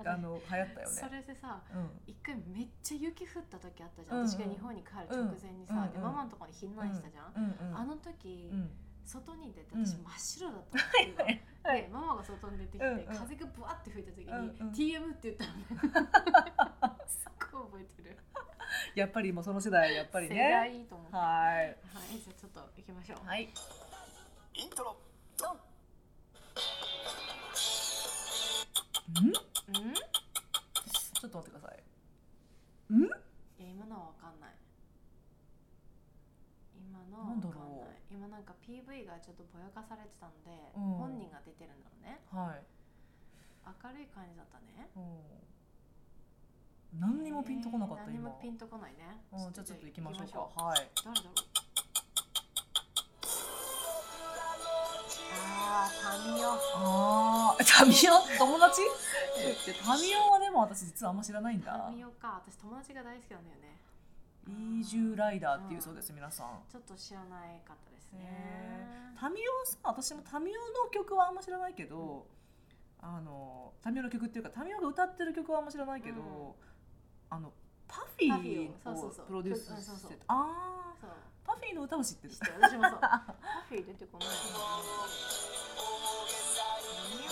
Speaker 1: あの流行ったよ
Speaker 2: そ
Speaker 1: ね。
Speaker 2: れでさ
Speaker 1: うん
Speaker 2: 一回めっちゃ雪降った時あったじゃん、
Speaker 1: うんうん
Speaker 2: 私が日本に帰る直前にさ、
Speaker 1: うんうん
Speaker 2: でママのとこに避難したじゃん、
Speaker 1: うんうん
Speaker 2: あの時、
Speaker 1: うん
Speaker 2: 外に出て
Speaker 1: うん
Speaker 2: 私真っ白だったんですけど、
Speaker 1: はい
Speaker 2: でママが外に出てきて、
Speaker 1: うんうん
Speaker 2: 風がブワって吹いた時に、
Speaker 1: うんうん
Speaker 2: TM って言ったのねすっごい覚えてる
Speaker 1: やっぱりもうその世代やっぱり
Speaker 2: 世代
Speaker 1: ね。
Speaker 2: いいと思ってはい、
Speaker 1: は
Speaker 2: じゃあちょっと行きましょう
Speaker 1: い。はい。
Speaker 3: イントロドン
Speaker 1: ん？
Speaker 2: うんい
Speaker 1: ちょっと待ってください。
Speaker 2: や今のは分かんない今のは
Speaker 1: なんだ
Speaker 2: 分
Speaker 1: ろ
Speaker 2: かん
Speaker 1: う
Speaker 2: ない今なんか PV がちょっとぼやかされてたんで、
Speaker 1: うん
Speaker 2: 本人が出てるんだろうね
Speaker 1: はい。
Speaker 2: 明るい感じだったね
Speaker 1: うん何にもピンとこなかった
Speaker 2: えー何
Speaker 1: 今。
Speaker 2: もピンとこないね
Speaker 1: うんじゃあちょっと行きましょうか。はい。
Speaker 2: 誰だろうああ民生
Speaker 1: ああ、タミヤ友達？でタミヤはでも私実はあんま知らないんだ。
Speaker 2: 民生か私友達が大好きなんだよね
Speaker 1: イージューライダーっていうそうです皆さん。
Speaker 2: ちょっと知らないかったですね
Speaker 1: ねタミオさん私もタミオの曲はあんま知らないけど、あのタミオの曲っていうかタミオが歌ってる曲はあんま知らないけど、
Speaker 2: うん
Speaker 1: あのパフィ
Speaker 2: パフィーをそう
Speaker 1: ー
Speaker 2: そう
Speaker 1: を
Speaker 2: そう
Speaker 1: プロデュース
Speaker 2: うんそう
Speaker 1: し
Speaker 2: そう
Speaker 1: てたああ
Speaker 2: そう
Speaker 1: パフィーの歌を知ってる
Speaker 2: 知ってる私 もそうパフィー出てこないな民生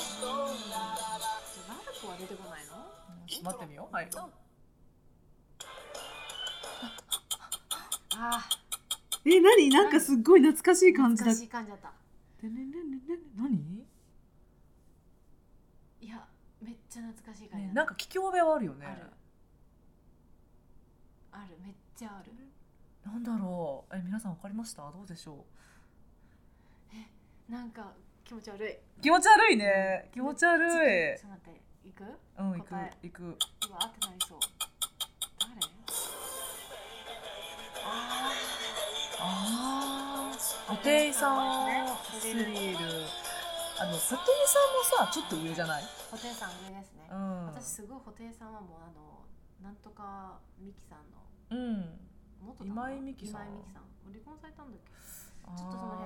Speaker 2: じゃあラルコは出てこないの
Speaker 1: 待ってみようはい
Speaker 3: ドン
Speaker 2: あ
Speaker 1: え何なんかすっごい懐かしい
Speaker 2: ー
Speaker 1: 感じだ
Speaker 2: 難
Speaker 1: っ
Speaker 2: しい感じだった
Speaker 1: てねねねね何
Speaker 2: いやめっちゃ懐かしい感じ
Speaker 1: ね
Speaker 2: だ
Speaker 1: な
Speaker 2: っ
Speaker 1: んか聞き覚えはあるよ
Speaker 2: た、
Speaker 1: ね
Speaker 2: あるあるめっちゃある
Speaker 1: なんだろうえ皆さんわかりましたどうでしょ
Speaker 2: なんか気持ち悪いう
Speaker 1: 気持ち悪いね気持ち悪い
Speaker 2: ちょっと待っていく
Speaker 1: うん行く
Speaker 2: 答え
Speaker 1: 行く
Speaker 2: うわーってなりそう誰あ
Speaker 1: ああテイさんスリルあの布袋さんもさちょっと上じゃない
Speaker 2: あ布袋さん上ですね、
Speaker 1: うん
Speaker 2: 私すごい布袋さんはもうあのなんとかミキさんの
Speaker 1: うん
Speaker 2: 元
Speaker 1: 今井美樹さん
Speaker 2: 今井美樹さん離婚されたんだっけ
Speaker 1: あー
Speaker 2: ちょっとその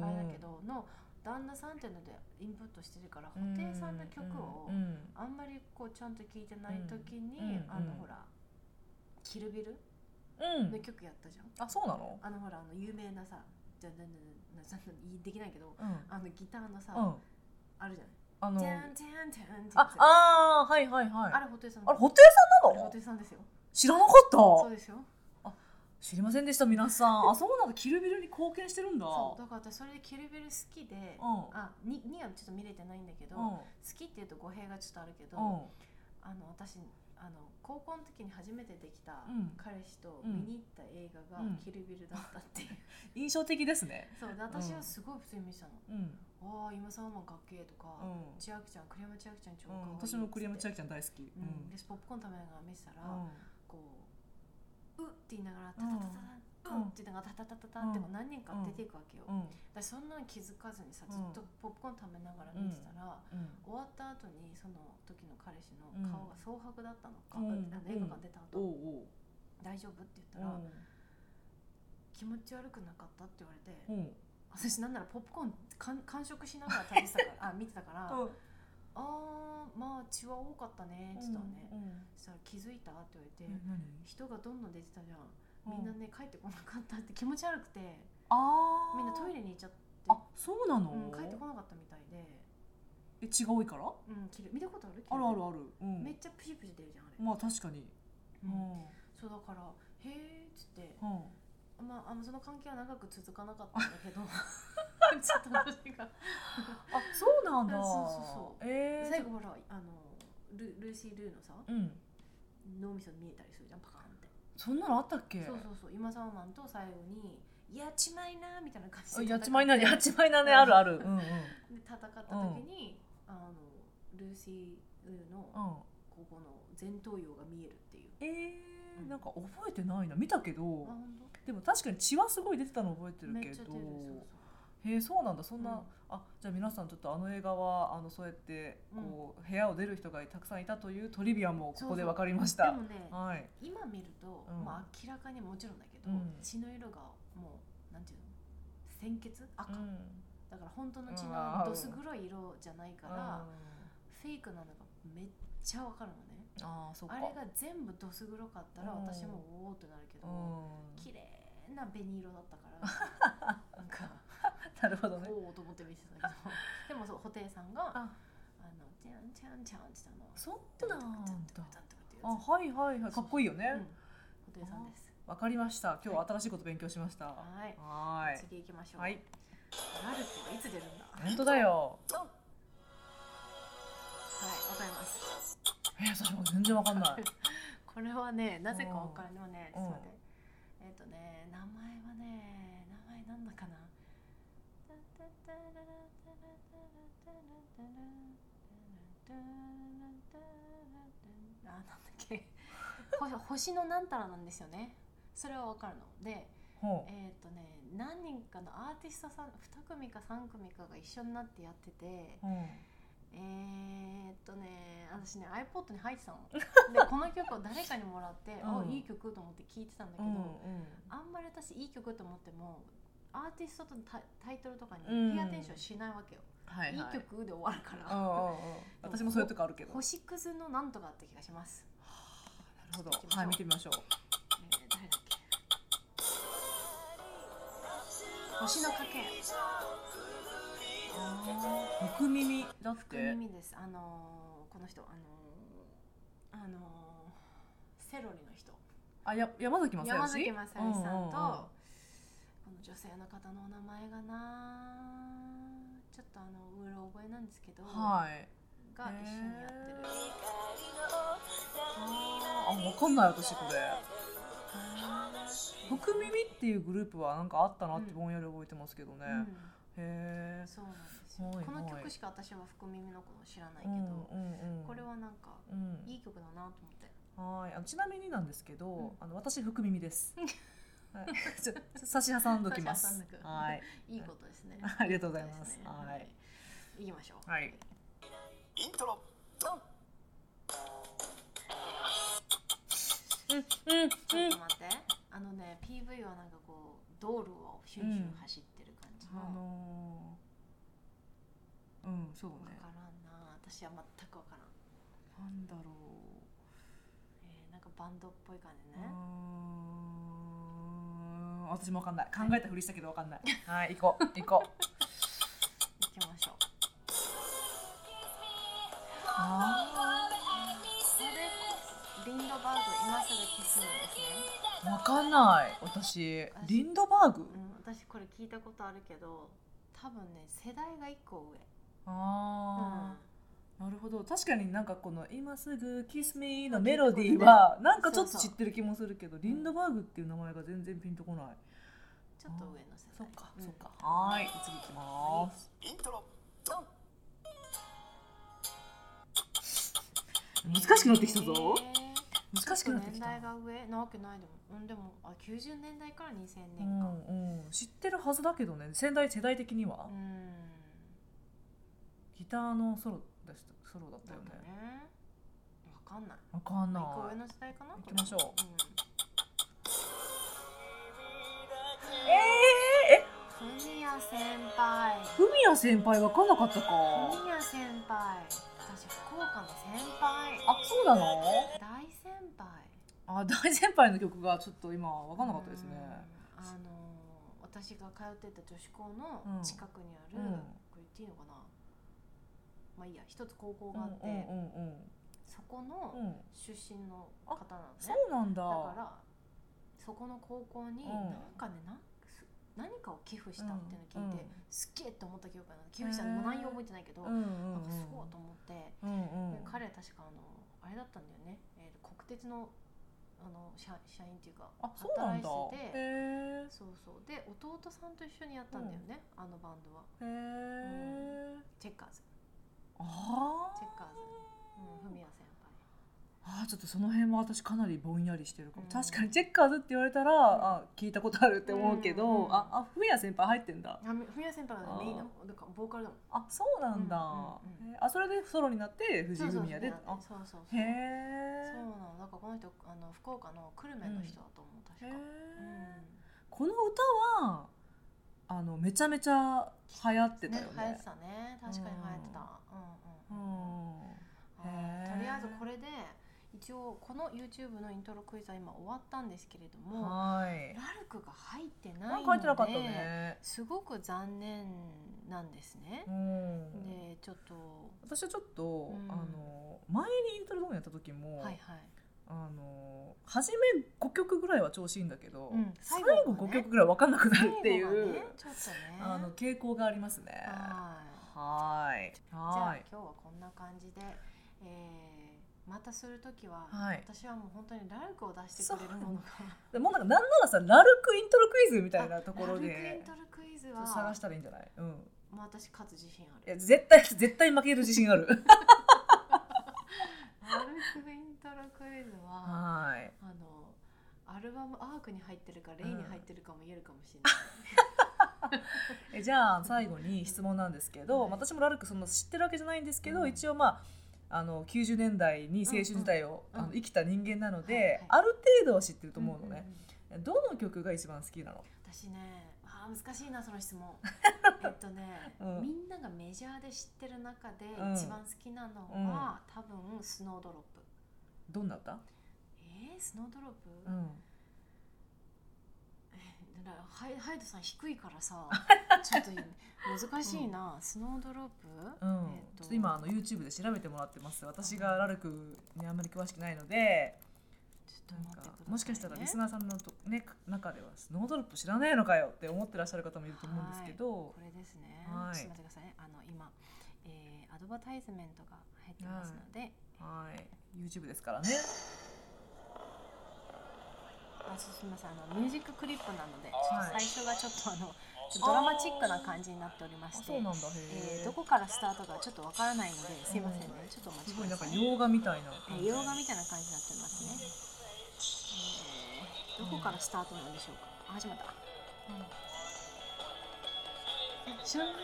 Speaker 1: うん
Speaker 2: 辺
Speaker 1: うんうん
Speaker 2: あれだけどの旦那さんっていうのでインプットしてるから布
Speaker 1: うん
Speaker 2: 袋さんの曲を
Speaker 1: うん
Speaker 2: あんまりこうちゃんと聴いてない時に、
Speaker 1: うんうん
Speaker 2: あのほら「キルビル」
Speaker 1: うん
Speaker 2: の曲やったじゃん、
Speaker 1: あそうなの
Speaker 2: あのほらあの有名なさじゃあなんなんなんなんなんできないけど
Speaker 1: うん
Speaker 2: あのギターのさ、
Speaker 1: うん
Speaker 2: あるじゃない
Speaker 1: あの
Speaker 2: 「テンテンテンテン」
Speaker 1: ああーはいはいはい
Speaker 2: あれ布袋さん
Speaker 1: あれ
Speaker 2: で
Speaker 1: 布
Speaker 2: す
Speaker 1: 袋さん
Speaker 2: あれ
Speaker 1: なの
Speaker 2: 布袋さんですよ
Speaker 1: 知らなか
Speaker 2: そう
Speaker 1: っ
Speaker 2: ですよ
Speaker 1: た知りませんでした皆さんあそうなんだキルビルに貢献してるんだ
Speaker 2: そうだから私それで「キルビル」好きで、
Speaker 1: うん
Speaker 2: あににはちょっと見れてないんだけど、
Speaker 1: うん
Speaker 2: 好きっていうと語弊がちょっとあるけど、
Speaker 1: うん
Speaker 2: あの私あの高校の時に初めてできた
Speaker 1: うん
Speaker 2: 彼氏と
Speaker 1: うん
Speaker 2: 見に行った映画が
Speaker 1: うん
Speaker 2: 「キルビル」だったっ ていう、
Speaker 1: 印象的ですね
Speaker 2: そうで私はすごい普通に見てたの
Speaker 1: うん
Speaker 2: 「ああ今サーマンかっけえ」とか、
Speaker 1: うん
Speaker 2: 千秋ちゃん栗山千秋ちゃん超
Speaker 1: う
Speaker 2: かわいい
Speaker 1: ん
Speaker 2: っつって
Speaker 1: 私も栗山千秋ちゃん大好き
Speaker 2: う、
Speaker 1: うんん
Speaker 2: でポップコーン食べながら見てたら、
Speaker 1: う
Speaker 2: こう「うっ」って言いながら「タ
Speaker 1: うん
Speaker 2: タタタタ
Speaker 1: う
Speaker 2: ン」
Speaker 1: ん
Speaker 2: うっ」って言いながら「タタタタタン」ってこう何人か出ていくわけよ、
Speaker 1: ん
Speaker 2: 私そんなの気づかずにさ
Speaker 1: うん
Speaker 2: ずっとポップコーン食べながら見てたら、
Speaker 1: うん
Speaker 2: 終わった後にその時の彼氏の顔が蒼白だったのか、
Speaker 1: うん
Speaker 2: あの映画館出た後、
Speaker 1: おうおう
Speaker 2: 大丈夫?」って言った
Speaker 1: う
Speaker 2: ら、
Speaker 1: ん
Speaker 2: 気持ち悪くなかった?」って言われて、
Speaker 1: うん
Speaker 2: 私なんならポップコーンかん完食しながら食べてたから あ見てたから「ああーまあ血は多かったね」って言ったのね、
Speaker 1: うん
Speaker 2: そしたら「気づいた?」って言われて、
Speaker 1: え何
Speaker 2: 人がどんどん出てたじゃん
Speaker 1: う
Speaker 2: みんなね帰ってこなかったって気持ち悪くて
Speaker 1: あー
Speaker 2: みんなトイレに行っちゃって、
Speaker 1: あそうなの
Speaker 2: うん、帰ってこなかったみたいで、
Speaker 1: え血が多いからあ
Speaker 2: うん、切る見たことある
Speaker 1: るある
Speaker 2: あ
Speaker 1: あるうん
Speaker 2: めっちゃプシプシ出るじゃんあれ、
Speaker 1: まあ確かにう
Speaker 2: うん
Speaker 1: ん
Speaker 2: そうだから「へえ」っつって、
Speaker 1: うん
Speaker 2: まあ、あのその関係は長く続かなかったんだ けどちょっと私が
Speaker 1: あそうなんだ。
Speaker 2: うんそうそう
Speaker 1: そう。ええ
Speaker 2: 最後ほらあのルルーシー・ルーのさ
Speaker 1: うん。
Speaker 2: 脳みそ見えたりするじゃんパカーンって
Speaker 1: そんなのあったっけ？
Speaker 2: そうそうそう今沢マンと最後に「やっちまいな」みたいな感じ
Speaker 1: あ
Speaker 2: で
Speaker 1: やっちまいなやっちまいなね
Speaker 2: うん
Speaker 1: あるある。うんうん。うん。
Speaker 2: で戦った時に、あのルーシー・ルーの、ここの前頭葉が見えるっていう。
Speaker 1: ええ
Speaker 2: う
Speaker 1: ー、
Speaker 2: ん
Speaker 1: なんか覚えてないな見たけ
Speaker 2: あ
Speaker 1: ど
Speaker 2: 本
Speaker 1: でも確かに血はすごい出てたの覚えて
Speaker 2: 当
Speaker 1: る
Speaker 2: め
Speaker 1: け
Speaker 2: っちゃ
Speaker 1: ど
Speaker 2: 出るそうそう
Speaker 1: へえそうなんだそんな、
Speaker 2: うん
Speaker 1: あじゃあ皆さんちょっとあの映画はあのそうやってこう、部屋を出る人がたくさんいたというトリビアもここで分かりました
Speaker 2: でもね
Speaker 1: はい
Speaker 2: 今見ると、
Speaker 1: うん
Speaker 2: まあ、明らかにもちろんだけど、
Speaker 1: うん
Speaker 2: 血の色がもうなんていうの鮮血赤、
Speaker 1: うん
Speaker 2: だから本当の血
Speaker 1: うんあ
Speaker 2: の
Speaker 1: ー
Speaker 2: どす黒い色じゃないから、フェイクなのがめっちゃわかるのね
Speaker 1: うんああそっか
Speaker 2: あれが全部どす黒かったら
Speaker 1: うん
Speaker 2: 私もおおってなるけど、
Speaker 1: うん
Speaker 2: 綺麗な紅色だったからなんか
Speaker 1: なるほどね
Speaker 2: おおと思って見てたけど でもそう布袋さんが
Speaker 1: あ
Speaker 2: あの、ちゃんちゃんちゃんって言ったの。
Speaker 1: そうなん
Speaker 2: ちゃん
Speaker 1: だ
Speaker 2: ちゃんちゃんちゃんって
Speaker 1: あ
Speaker 2: 言うや
Speaker 1: はいはいはいかっこいいよね、
Speaker 2: つ。うん。布袋さんです。
Speaker 1: わかりました。今日
Speaker 2: は
Speaker 1: はい新しいこと勉強しました。は
Speaker 2: は
Speaker 1: ー
Speaker 2: い。
Speaker 1: い。
Speaker 2: 次行きましょう。
Speaker 1: はい。
Speaker 2: ラルクはいつ出るんだ。はい、わか
Speaker 1: 本当だよ。
Speaker 2: ります。
Speaker 1: えー、私も全然わかん ない。
Speaker 2: これはね、なぜかわからないでもね。ち
Speaker 1: う
Speaker 2: ょ
Speaker 1: ん
Speaker 2: っと待って。えっとね、名前はね、名前なんだかな。あ、なんだっけ。 ほ星のなんたらなんですよね。それはわかるの。で。
Speaker 1: ほう。
Speaker 2: えっ、とね何人かのアーティストさん2組か3組かが一緒になってやってて
Speaker 1: ほう
Speaker 2: えっ、とね私ね iPod に入ってた のでこの曲を誰かにもらって、
Speaker 1: うん
Speaker 2: あいい曲と思って聴いてたんだけ
Speaker 1: う
Speaker 2: ど、
Speaker 1: ん
Speaker 2: あんまり私いい曲と思ってもアーティストとのタタイトルとかに
Speaker 1: うん
Speaker 2: ヘアテンションしないわけよ、
Speaker 1: はい
Speaker 2: いい
Speaker 1: はい。
Speaker 2: 曲で終わるか
Speaker 1: うんう
Speaker 2: ら
Speaker 1: んうん。私もそういうとこあるけど。なる
Speaker 2: 星屑のなんとかって気がします、
Speaker 1: ほど。はい、見てみましょう。
Speaker 2: えー誰だっけ星のかけ
Speaker 1: 福耳だっ
Speaker 2: 福
Speaker 1: て。
Speaker 2: 耳です。あのーこの人あのーあのーセロリの人。
Speaker 1: あや山崎まさよ
Speaker 2: 山
Speaker 1: し
Speaker 2: 崎まさよしさん
Speaker 1: う
Speaker 2: と、
Speaker 1: んうんうん
Speaker 2: この女性の方のお名前がなちょっとあのうろ覚えなんですけど、
Speaker 1: はい
Speaker 2: が一緒にやってる
Speaker 1: へーあ分かんない私これ「福耳」っていうグループはなんかあったなってぼんやり覚えてますけどね、へえ
Speaker 2: うん、そうなんですよ、
Speaker 1: はい
Speaker 2: この
Speaker 1: は
Speaker 2: 曲
Speaker 1: い
Speaker 2: しか私は福耳の子も知らないけ
Speaker 1: う
Speaker 2: ど、
Speaker 1: んうんうん
Speaker 2: これはなんか
Speaker 1: うん
Speaker 2: いい曲だなと思って
Speaker 1: はいあのちなみになんですけど、
Speaker 2: ん
Speaker 1: あの私福耳です。はい、ちょ差し挟んどきま
Speaker 2: 差し
Speaker 1: す
Speaker 2: 挟んど。く
Speaker 1: はい、
Speaker 2: いいことですね
Speaker 1: ありがとうございます
Speaker 2: いことでね
Speaker 1: はい
Speaker 2: 行きましょう
Speaker 1: はい、
Speaker 3: イントロド
Speaker 1: う
Speaker 3: ン
Speaker 1: ん、
Speaker 2: ちょっと待ってあのね PV はなんかこう道路をヒュンヒュン走ってる感じの、
Speaker 1: あのー、うん、そう
Speaker 2: 分
Speaker 1: ね
Speaker 2: か。らんな私は全く分からん、
Speaker 1: なんだろ
Speaker 2: えーなんかバンドっぽい感じ
Speaker 1: う。うー
Speaker 2: ね、
Speaker 1: ん、私もわかんない。考えたふりしたけどわかん ない。はい、行こう、行 こう。
Speaker 2: 行きましょう
Speaker 1: あ
Speaker 2: これリンドバーグ今すぐキスミですね、
Speaker 1: ーわかんない。私、リンドバーグ。
Speaker 2: うん、私これ聞いたことあるけど多分ね世代が1個上、うん
Speaker 1: ああ。なるほど確かになんかこの「今すぐキスミーのメロディーはなんかちょっと知ってる気もするけどリンドバーグっていう名前が全然ピンとこない、
Speaker 2: ちょっと上の世
Speaker 1: そ
Speaker 2: 代
Speaker 1: っか
Speaker 2: ん
Speaker 1: そっかはーい次行きます
Speaker 3: イントロドン
Speaker 1: 難しくなってきたぞ
Speaker 2: えー
Speaker 1: 難しくなってき
Speaker 2: 年
Speaker 1: た
Speaker 2: 代が上なわけないでも、うん、でもあ90年代から2000
Speaker 1: う
Speaker 2: 年か
Speaker 1: んうん知ってるはずだけどね世代世代的には
Speaker 2: うん、
Speaker 1: ギターのソロだしソロだった
Speaker 2: な
Speaker 1: よ
Speaker 2: んか
Speaker 1: ね
Speaker 2: ねわかんない
Speaker 1: わかん
Speaker 2: 一個
Speaker 1: な
Speaker 2: 上
Speaker 1: い
Speaker 2: の世代かな
Speaker 1: 行きましょう
Speaker 2: こ
Speaker 1: え
Speaker 2: れん
Speaker 1: ええ
Speaker 2: ふみや先輩
Speaker 1: ふみや先輩わかんなかったか
Speaker 2: ふみや先輩私福岡の先輩
Speaker 1: あそうなの
Speaker 2: 大先輩
Speaker 1: あ大先輩の曲がちょっと今わかんなかったですね
Speaker 2: うんあのー私が通ってた女子校の近くにある、
Speaker 1: うん
Speaker 2: これ言っていいのかなまあいいや一つ高校
Speaker 1: うん
Speaker 2: があって、
Speaker 1: うんうんうん
Speaker 2: そこの
Speaker 1: うん
Speaker 2: 出身の方なのね
Speaker 1: そうなんだ。
Speaker 2: だからそこの高校に
Speaker 1: うん
Speaker 2: なんかね、なんす何かを寄付したっていうのを聞いて、すっげえって思った記憶がある寄付したのも内容覚えてないけど、
Speaker 1: うんうん
Speaker 2: なんかそうと思って、
Speaker 1: うんうん。
Speaker 2: で彼は確かあのあれだったんだよね、えー国鉄のあの社社員っていうか
Speaker 1: あ、そうなんだ。
Speaker 2: 働いて
Speaker 1: へ
Speaker 2: て
Speaker 1: え。
Speaker 2: そうそうで弟さんと一緒にやったんだよね、あのバンドは
Speaker 1: へえ。
Speaker 2: チェッカーズ、
Speaker 1: あ
Speaker 2: チェッカーズうん、
Speaker 1: ー
Speaker 2: フミヤ先輩
Speaker 1: あーちょっとその辺は私かなりぼんやりしてるかも、
Speaker 2: うん
Speaker 1: 確かにチェッカーズって言われたら、あ聞いたことあるって思うけど、
Speaker 2: うん
Speaker 1: ああフミヤ先輩入ってんだ
Speaker 2: あみフミヤ先輩がねメインなのだからボーカルだもん
Speaker 1: あそうなんだ、
Speaker 2: うんうんうん
Speaker 1: へーあそれでソロになって藤井フミヤで
Speaker 2: そう
Speaker 1: あ
Speaker 2: そうそう
Speaker 1: へ
Speaker 2: そうそ
Speaker 1: え
Speaker 2: うなのだからこの人あの福岡の久留米の人だと思う、確か、
Speaker 1: この歌はあのめちゃめちゃ流行ってたよね
Speaker 2: 流行ってたね確かに流行ってた、
Speaker 1: う
Speaker 2: うんうんうん
Speaker 1: ん
Speaker 2: あ
Speaker 1: へー
Speaker 2: ーとりあえずこれで一応この YouTube のイントロクイズは今終わったんですけれども
Speaker 1: はい
Speaker 2: ラルクが入って
Speaker 1: な
Speaker 2: なんい
Speaker 1: か入ってなか
Speaker 2: の
Speaker 1: った
Speaker 2: で
Speaker 1: ね。
Speaker 2: すごく残念なんですね
Speaker 1: う。ん。
Speaker 2: でちょっと
Speaker 1: 私はちょっと、
Speaker 2: うん
Speaker 1: あの前にイントロ動画やった時も、
Speaker 2: はいはい
Speaker 1: あの初め5曲ぐらいは調子いいんだけど、
Speaker 2: うん
Speaker 1: 最
Speaker 2: 最
Speaker 1: 後五
Speaker 2: 後がね
Speaker 1: 5曲ぐらい分かんなくなる ってい
Speaker 2: 最後
Speaker 1: う、
Speaker 2: がねちょっとね
Speaker 1: あの傾向がありますね。
Speaker 2: は
Speaker 1: は
Speaker 2: い
Speaker 1: い。
Speaker 2: じゃあ
Speaker 1: はい。
Speaker 2: 今日はこんな感じで、えーまたする時は、
Speaker 1: はい
Speaker 2: 私はもう本当にラルクを出してくれるものが
Speaker 1: でもうなんかなんならさラルクイントロクイズみたいなところ
Speaker 2: ラルクイ
Speaker 1: で
Speaker 2: ントロクイズ
Speaker 1: ちょ
Speaker 2: は
Speaker 1: っと探したらいいんじゃない？うん。
Speaker 2: もう私勝つ自信あ
Speaker 1: いや
Speaker 2: る
Speaker 1: 絶対絶対負ける自信ある。
Speaker 2: ラルクイントロクイズ は
Speaker 1: はい。
Speaker 2: あのアルバムアークに入ってるかレイに入ってるかも言えるかもしれ
Speaker 1: えじゃあ最後に質問なんですけど、
Speaker 2: はい
Speaker 1: 私もラルクその知ってるわけじゃないんですけど、
Speaker 2: うん
Speaker 1: 一応まああの90年代に青春時代を、
Speaker 2: うんう
Speaker 1: あ
Speaker 2: んう
Speaker 1: の
Speaker 2: ん
Speaker 1: 生きた人間なので、
Speaker 2: はいはい
Speaker 1: ある程度は知ってる と
Speaker 2: ない
Speaker 1: 思うのね、
Speaker 2: んんん
Speaker 1: どの曲が一番好きなの
Speaker 2: 私ねあー難しいなその質 問えっとね、
Speaker 1: うん
Speaker 2: みんながメジャーで知ってる中で
Speaker 1: うん
Speaker 2: 一番好きなのは、多分スノードロップ
Speaker 1: どんな歌、
Speaker 2: えー、スノードロップ、
Speaker 1: うん、
Speaker 2: えだからハイハイドさん低いから さちょっと難しいな、スノードロップ、
Speaker 1: うん
Speaker 2: えっ
Speaker 1: ち
Speaker 2: と
Speaker 1: ょっと今あの YouTube で調べてもらってます私がラルクにあんまり詳しくないので
Speaker 2: ちょっと待ってください、ね、
Speaker 1: もしかしたらリスナーさんのと、ね、中ではスノードロップ知らねえのかよって思ってらっしゃる方もいると思うんですけど
Speaker 2: こ、れですね、
Speaker 1: はい
Speaker 2: ちょっと待ってくださいねあの今、えー、アドバタイズメントが入ってますので、
Speaker 1: はい YouTube ですからね
Speaker 2: あそうすみませんあのミュージッククリップなので、
Speaker 1: はい
Speaker 2: 最初がちょっとあのちょっとドラマチックな感じになっておりま
Speaker 1: あ
Speaker 2: して
Speaker 1: そうなんだ
Speaker 2: え
Speaker 1: へえ
Speaker 2: ーどこからスタートかちょっとわからないのですいません
Speaker 1: う
Speaker 2: ね
Speaker 1: ん
Speaker 2: ちょっとお待ち
Speaker 1: す
Speaker 2: く
Speaker 1: ごいな
Speaker 2: だ
Speaker 1: んか
Speaker 2: さ
Speaker 1: 洋
Speaker 2: い
Speaker 1: 画みたいな
Speaker 2: えー洋画みたいな感じになってますね、えーどこからスタートなんでしょうかあ始まったえ知らない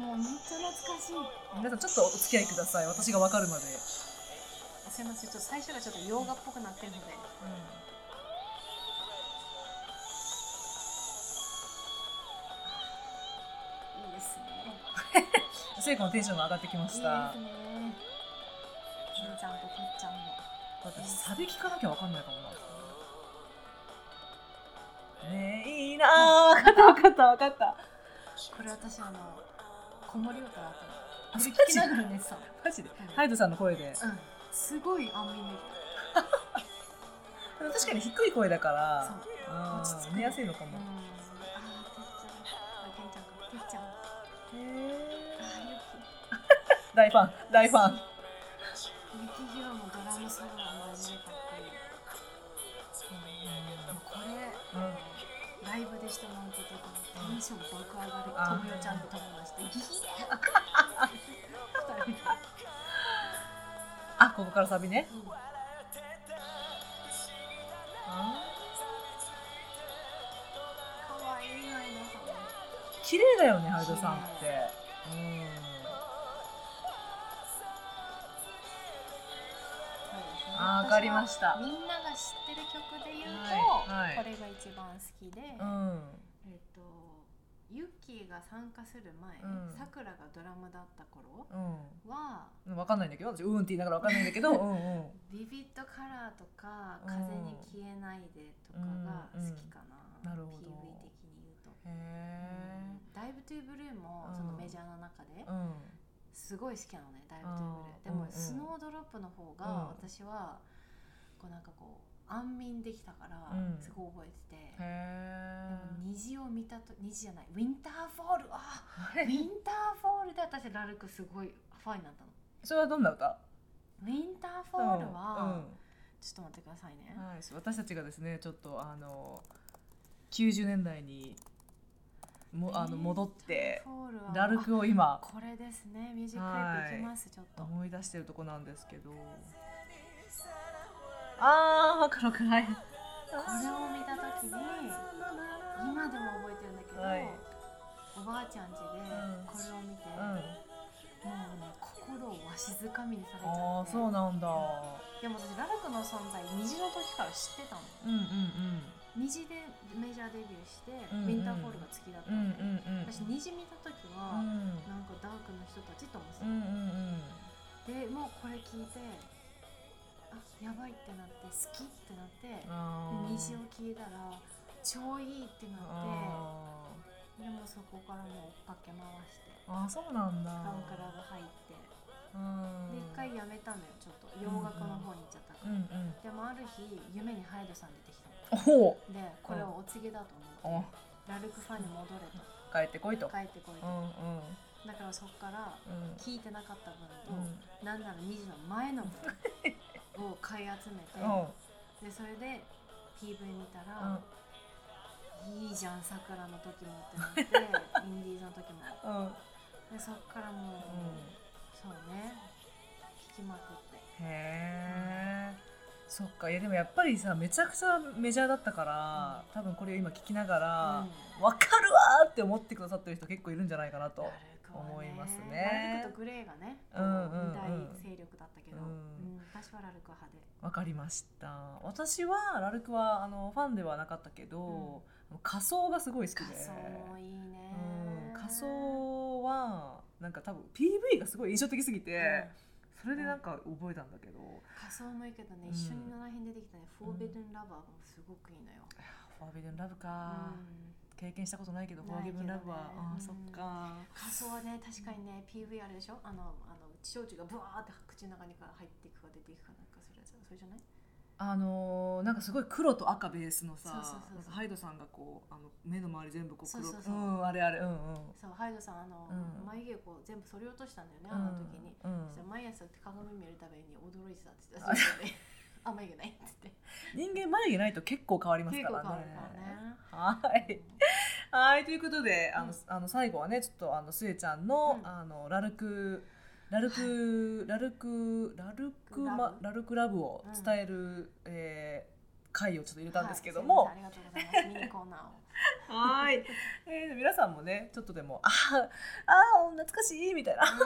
Speaker 2: もうめっちゃ懐かしい
Speaker 1: 皆さんちょっとお付き合いください私がわかるまで、
Speaker 2: すいませんちょっと最初がちょっと洋画っぽくなってるのでいいですね
Speaker 1: 成功のテンションが上がってきま
Speaker 2: いいで
Speaker 1: し
Speaker 2: すね
Speaker 1: た
Speaker 2: じいちゃんとてっちゃんも
Speaker 1: 私サビ聞かなきゃわかんないかもなねえいいなあ分かった分かった分かった
Speaker 2: これ私あの子守歌だった
Speaker 1: あ
Speaker 2: の
Speaker 1: そ
Speaker 2: 聞
Speaker 1: っ
Speaker 2: き
Speaker 1: ち
Speaker 2: ながら寝てたの
Speaker 1: マジでハイドさんの声で
Speaker 2: うんすごい安眠でき
Speaker 1: 確かに低い声だか
Speaker 2: たそ
Speaker 1: ら
Speaker 2: う
Speaker 1: あ
Speaker 2: 落ち着
Speaker 1: ー
Speaker 2: く
Speaker 1: 寝やすいのか
Speaker 2: うん
Speaker 1: も
Speaker 2: あーてっちゃんあけんちゃんかてっちゃんあーゆき
Speaker 1: 大ファン大ファン
Speaker 2: ゆきひろのドラムソロもマジでかっこいいもうこれ、
Speaker 1: うん
Speaker 2: ライブでしてもらうことがテンション爆上
Speaker 1: あ
Speaker 2: が
Speaker 1: ー
Speaker 2: りともよちゃんと友達でギヒッ二人で
Speaker 1: あここからサビね
Speaker 2: うん可愛いな皆さんね
Speaker 1: 綺麗だよねハイドさんってうんあーわかりました
Speaker 2: みんなが知ってる曲で言うと、
Speaker 1: はいはい
Speaker 2: これが一番好き
Speaker 1: う
Speaker 2: で、
Speaker 1: ん
Speaker 2: えっ、とユッキーが参加する前
Speaker 1: うん
Speaker 2: さくらがドラムだった頃
Speaker 1: う
Speaker 2: は
Speaker 1: んわかんないんだけど私うんって言いながらわかんないんだ けどうんうん
Speaker 2: ビビットカラーとか
Speaker 1: うん
Speaker 2: 風に消えないでとかが好きかな、
Speaker 1: うんなるほど
Speaker 2: PV 的に言うと。
Speaker 1: へえ
Speaker 2: ダイブトゥーブルーも
Speaker 1: うん
Speaker 2: そのメジャーの中で
Speaker 1: うん
Speaker 2: すごい好きなのね、ダイブトゥーブルー。で
Speaker 1: うん
Speaker 2: も
Speaker 1: うん
Speaker 2: スノードロップの方
Speaker 1: うん
Speaker 2: が私はこうなんかこう安眠できたから
Speaker 1: うん
Speaker 2: すごい覚えてて。
Speaker 1: へ
Speaker 2: でも
Speaker 1: え
Speaker 2: 虹を見たと虹じゃないウィンターフォールあウィンターフォールで私ラルクすごいファンになったの
Speaker 1: それはどんな歌
Speaker 2: ウィンターフォールは、
Speaker 1: うん
Speaker 2: ちょっと待ってくださいね、
Speaker 1: はい、私たちがですねちょっとあの90年代にもあの戻って
Speaker 2: ウィンターフォールは
Speaker 1: ラルクを今
Speaker 2: あこれですねミュージックレイプいきますちょっと
Speaker 1: 思い出してるとこなんですけどあーわかるわかるはい
Speaker 2: これを見た時に今でも覚えてるんだけど、
Speaker 1: はい
Speaker 2: おばあちゃん家
Speaker 1: う
Speaker 2: で
Speaker 1: ん
Speaker 2: これを見て、
Speaker 1: うん
Speaker 2: もうね心をわしづかみにされちゃ
Speaker 1: あー
Speaker 2: って
Speaker 1: そうなんだ
Speaker 2: でも私ラルクの存在虹の時から知ってたの
Speaker 1: うんうん
Speaker 2: 虹でメジャーデビューして、
Speaker 1: うんうん
Speaker 2: ウィンターフォールが好きだった
Speaker 1: うんうんうんう
Speaker 2: ので、
Speaker 1: ん
Speaker 2: 私虹見た時
Speaker 1: う
Speaker 2: は、
Speaker 1: ん
Speaker 2: なんかダークの人たちと思って
Speaker 1: う
Speaker 2: た、
Speaker 1: んうんうん
Speaker 2: でもうこれ聞いてあやばいってなって好きってなって、で
Speaker 1: あー
Speaker 2: 虹を聞いたら超いいってなって
Speaker 1: あ
Speaker 2: でもそこからもう追っかけ回して
Speaker 1: ーあーそうなんだ
Speaker 2: ラブクラブ入って
Speaker 1: うん
Speaker 2: で一回やめたのよちょっと洋楽の方に行っちゃった
Speaker 1: う
Speaker 2: から、
Speaker 1: んうん
Speaker 2: でもある日夢にハイドさん出てきた
Speaker 1: お
Speaker 2: の
Speaker 1: ほ
Speaker 2: でこれはお告げだと思
Speaker 1: お
Speaker 2: って、ラルクファンに戻れと
Speaker 1: 帰ってこいと
Speaker 2: 帰ってこ
Speaker 1: うん
Speaker 2: いと、
Speaker 1: うん
Speaker 2: だからそこから
Speaker 1: うん
Speaker 2: 聞いてなかった分
Speaker 1: う
Speaker 2: と、
Speaker 1: ん
Speaker 2: なんなら2時の前の分を買い集めて、
Speaker 1: うん
Speaker 2: でそれで PV 見た
Speaker 1: うん、
Speaker 2: らいいじゃん桜の時もってなってインディーズの時も
Speaker 1: うん
Speaker 2: でそっからもう、そうね聞きまくって
Speaker 1: へえそっかいやでもやっぱりさめちゃくちゃメジャーだったから、多分これを今聞きながら、わかるわーって思ってくださってる人結構いるんじゃないかなと
Speaker 2: ラルクはね
Speaker 1: 思いますね
Speaker 2: ラルクとグレーがね、
Speaker 1: うんうんうん
Speaker 2: こう二大勢力だったけど、
Speaker 1: うん
Speaker 2: うん私はラルク派で、
Speaker 1: わかりました私はラルクはあのファンではなかったけど、あの仮装がすごい好きで
Speaker 2: 仮装もいいね、
Speaker 1: うん、仮装はなんか多分 PV がすごい印象的すぎて、
Speaker 2: うん
Speaker 1: それでなんか覚えたんだけど、
Speaker 2: 仮装もいいけど
Speaker 1: うん
Speaker 2: ね、一緒に7編出てきたね「フォーベルンラバー」もすごくいいのよ。
Speaker 1: フォービデンラブか、
Speaker 2: うん
Speaker 1: 経験したことないけどフォ
Speaker 2: ない
Speaker 1: ー
Speaker 2: け
Speaker 1: ビ
Speaker 2: どね
Speaker 1: デンラブは、あー
Speaker 2: うん
Speaker 1: そっか
Speaker 2: 仮装はね確かにね PV あれでしょあのあの焼酎がブワーって口の中にから入っていくか出ていくかなんかそれそれじゃない
Speaker 1: あのーなんかすごい黒と赤ベースのさ
Speaker 2: そうそう
Speaker 1: なん
Speaker 2: そうそう
Speaker 1: かハイドさんがこうあの目の周り全部こう黒
Speaker 2: そうそうそうん
Speaker 1: あれあれうんうん
Speaker 2: そうハイドさんあの、
Speaker 1: うん
Speaker 2: 眉毛をこう全部剃り落としたんだよねあの時に、
Speaker 1: うん
Speaker 2: そしたら毎朝鏡見るたびに驚いてたって言ってた自分で あ眉毛ないって言って
Speaker 1: 人間眉毛ないと結構変わります
Speaker 2: 結
Speaker 1: か
Speaker 2: 構
Speaker 1: ら
Speaker 2: 変わ
Speaker 1: ね
Speaker 2: るからね
Speaker 1: はいはいということであの、
Speaker 2: うん
Speaker 1: あの最後はねちょっとあのスエちゃんの,、
Speaker 2: うん
Speaker 1: あのラルクラルク、ラルクラルク
Speaker 2: ラブ
Speaker 1: まラルクラブを
Speaker 2: うん
Speaker 1: 伝える、えー回をちょっと入れ
Speaker 2: 出
Speaker 1: たんですけども、
Speaker 2: ありがとうございますミニコーナーを
Speaker 1: はい、 えー皆さんもねちょっとでもあーあー懐かしいみたいなあーわか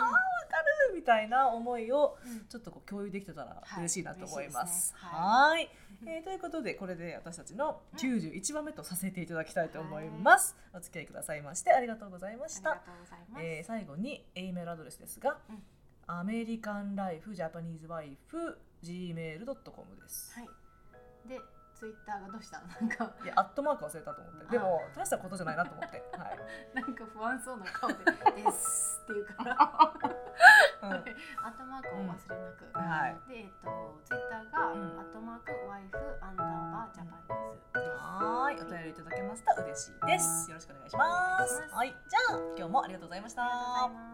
Speaker 1: るみたいな思いを
Speaker 2: うん
Speaker 1: ちょっと こう共有できてたら
Speaker 2: はい
Speaker 1: 嬉しいなと思います。
Speaker 2: 嬉しいですね
Speaker 1: はいえーということでこれで私たちの91番目とさせていただきたいと思います。お付き合いくださいましてありがとうございまし
Speaker 2: あり
Speaker 1: た。
Speaker 2: がとうございます、
Speaker 1: えー最後に A メールアドレスですが、
Speaker 2: うん
Speaker 1: アメリカンライフジャパニーズワイフ gmail.com です。
Speaker 2: はいでツイッターがどうしたの なんか
Speaker 1: いやアットマーク忘れたと思ってでも大したことじゃないなと思 って、はい
Speaker 2: なんか不安そうな顔で「です」って言うから
Speaker 1: うん
Speaker 2: はいアットマークをお忘れなく、
Speaker 1: んはい
Speaker 2: でえっとツイッターが、
Speaker 1: うん
Speaker 2: アットマークワイフアンダーバージャパニーズです
Speaker 1: はーい、お便りいただけますと嬉しいです。よろしくお願いします。
Speaker 2: お願いします
Speaker 1: はい、じゃあ今日もありがとうございました。
Speaker 2: ありがとうございます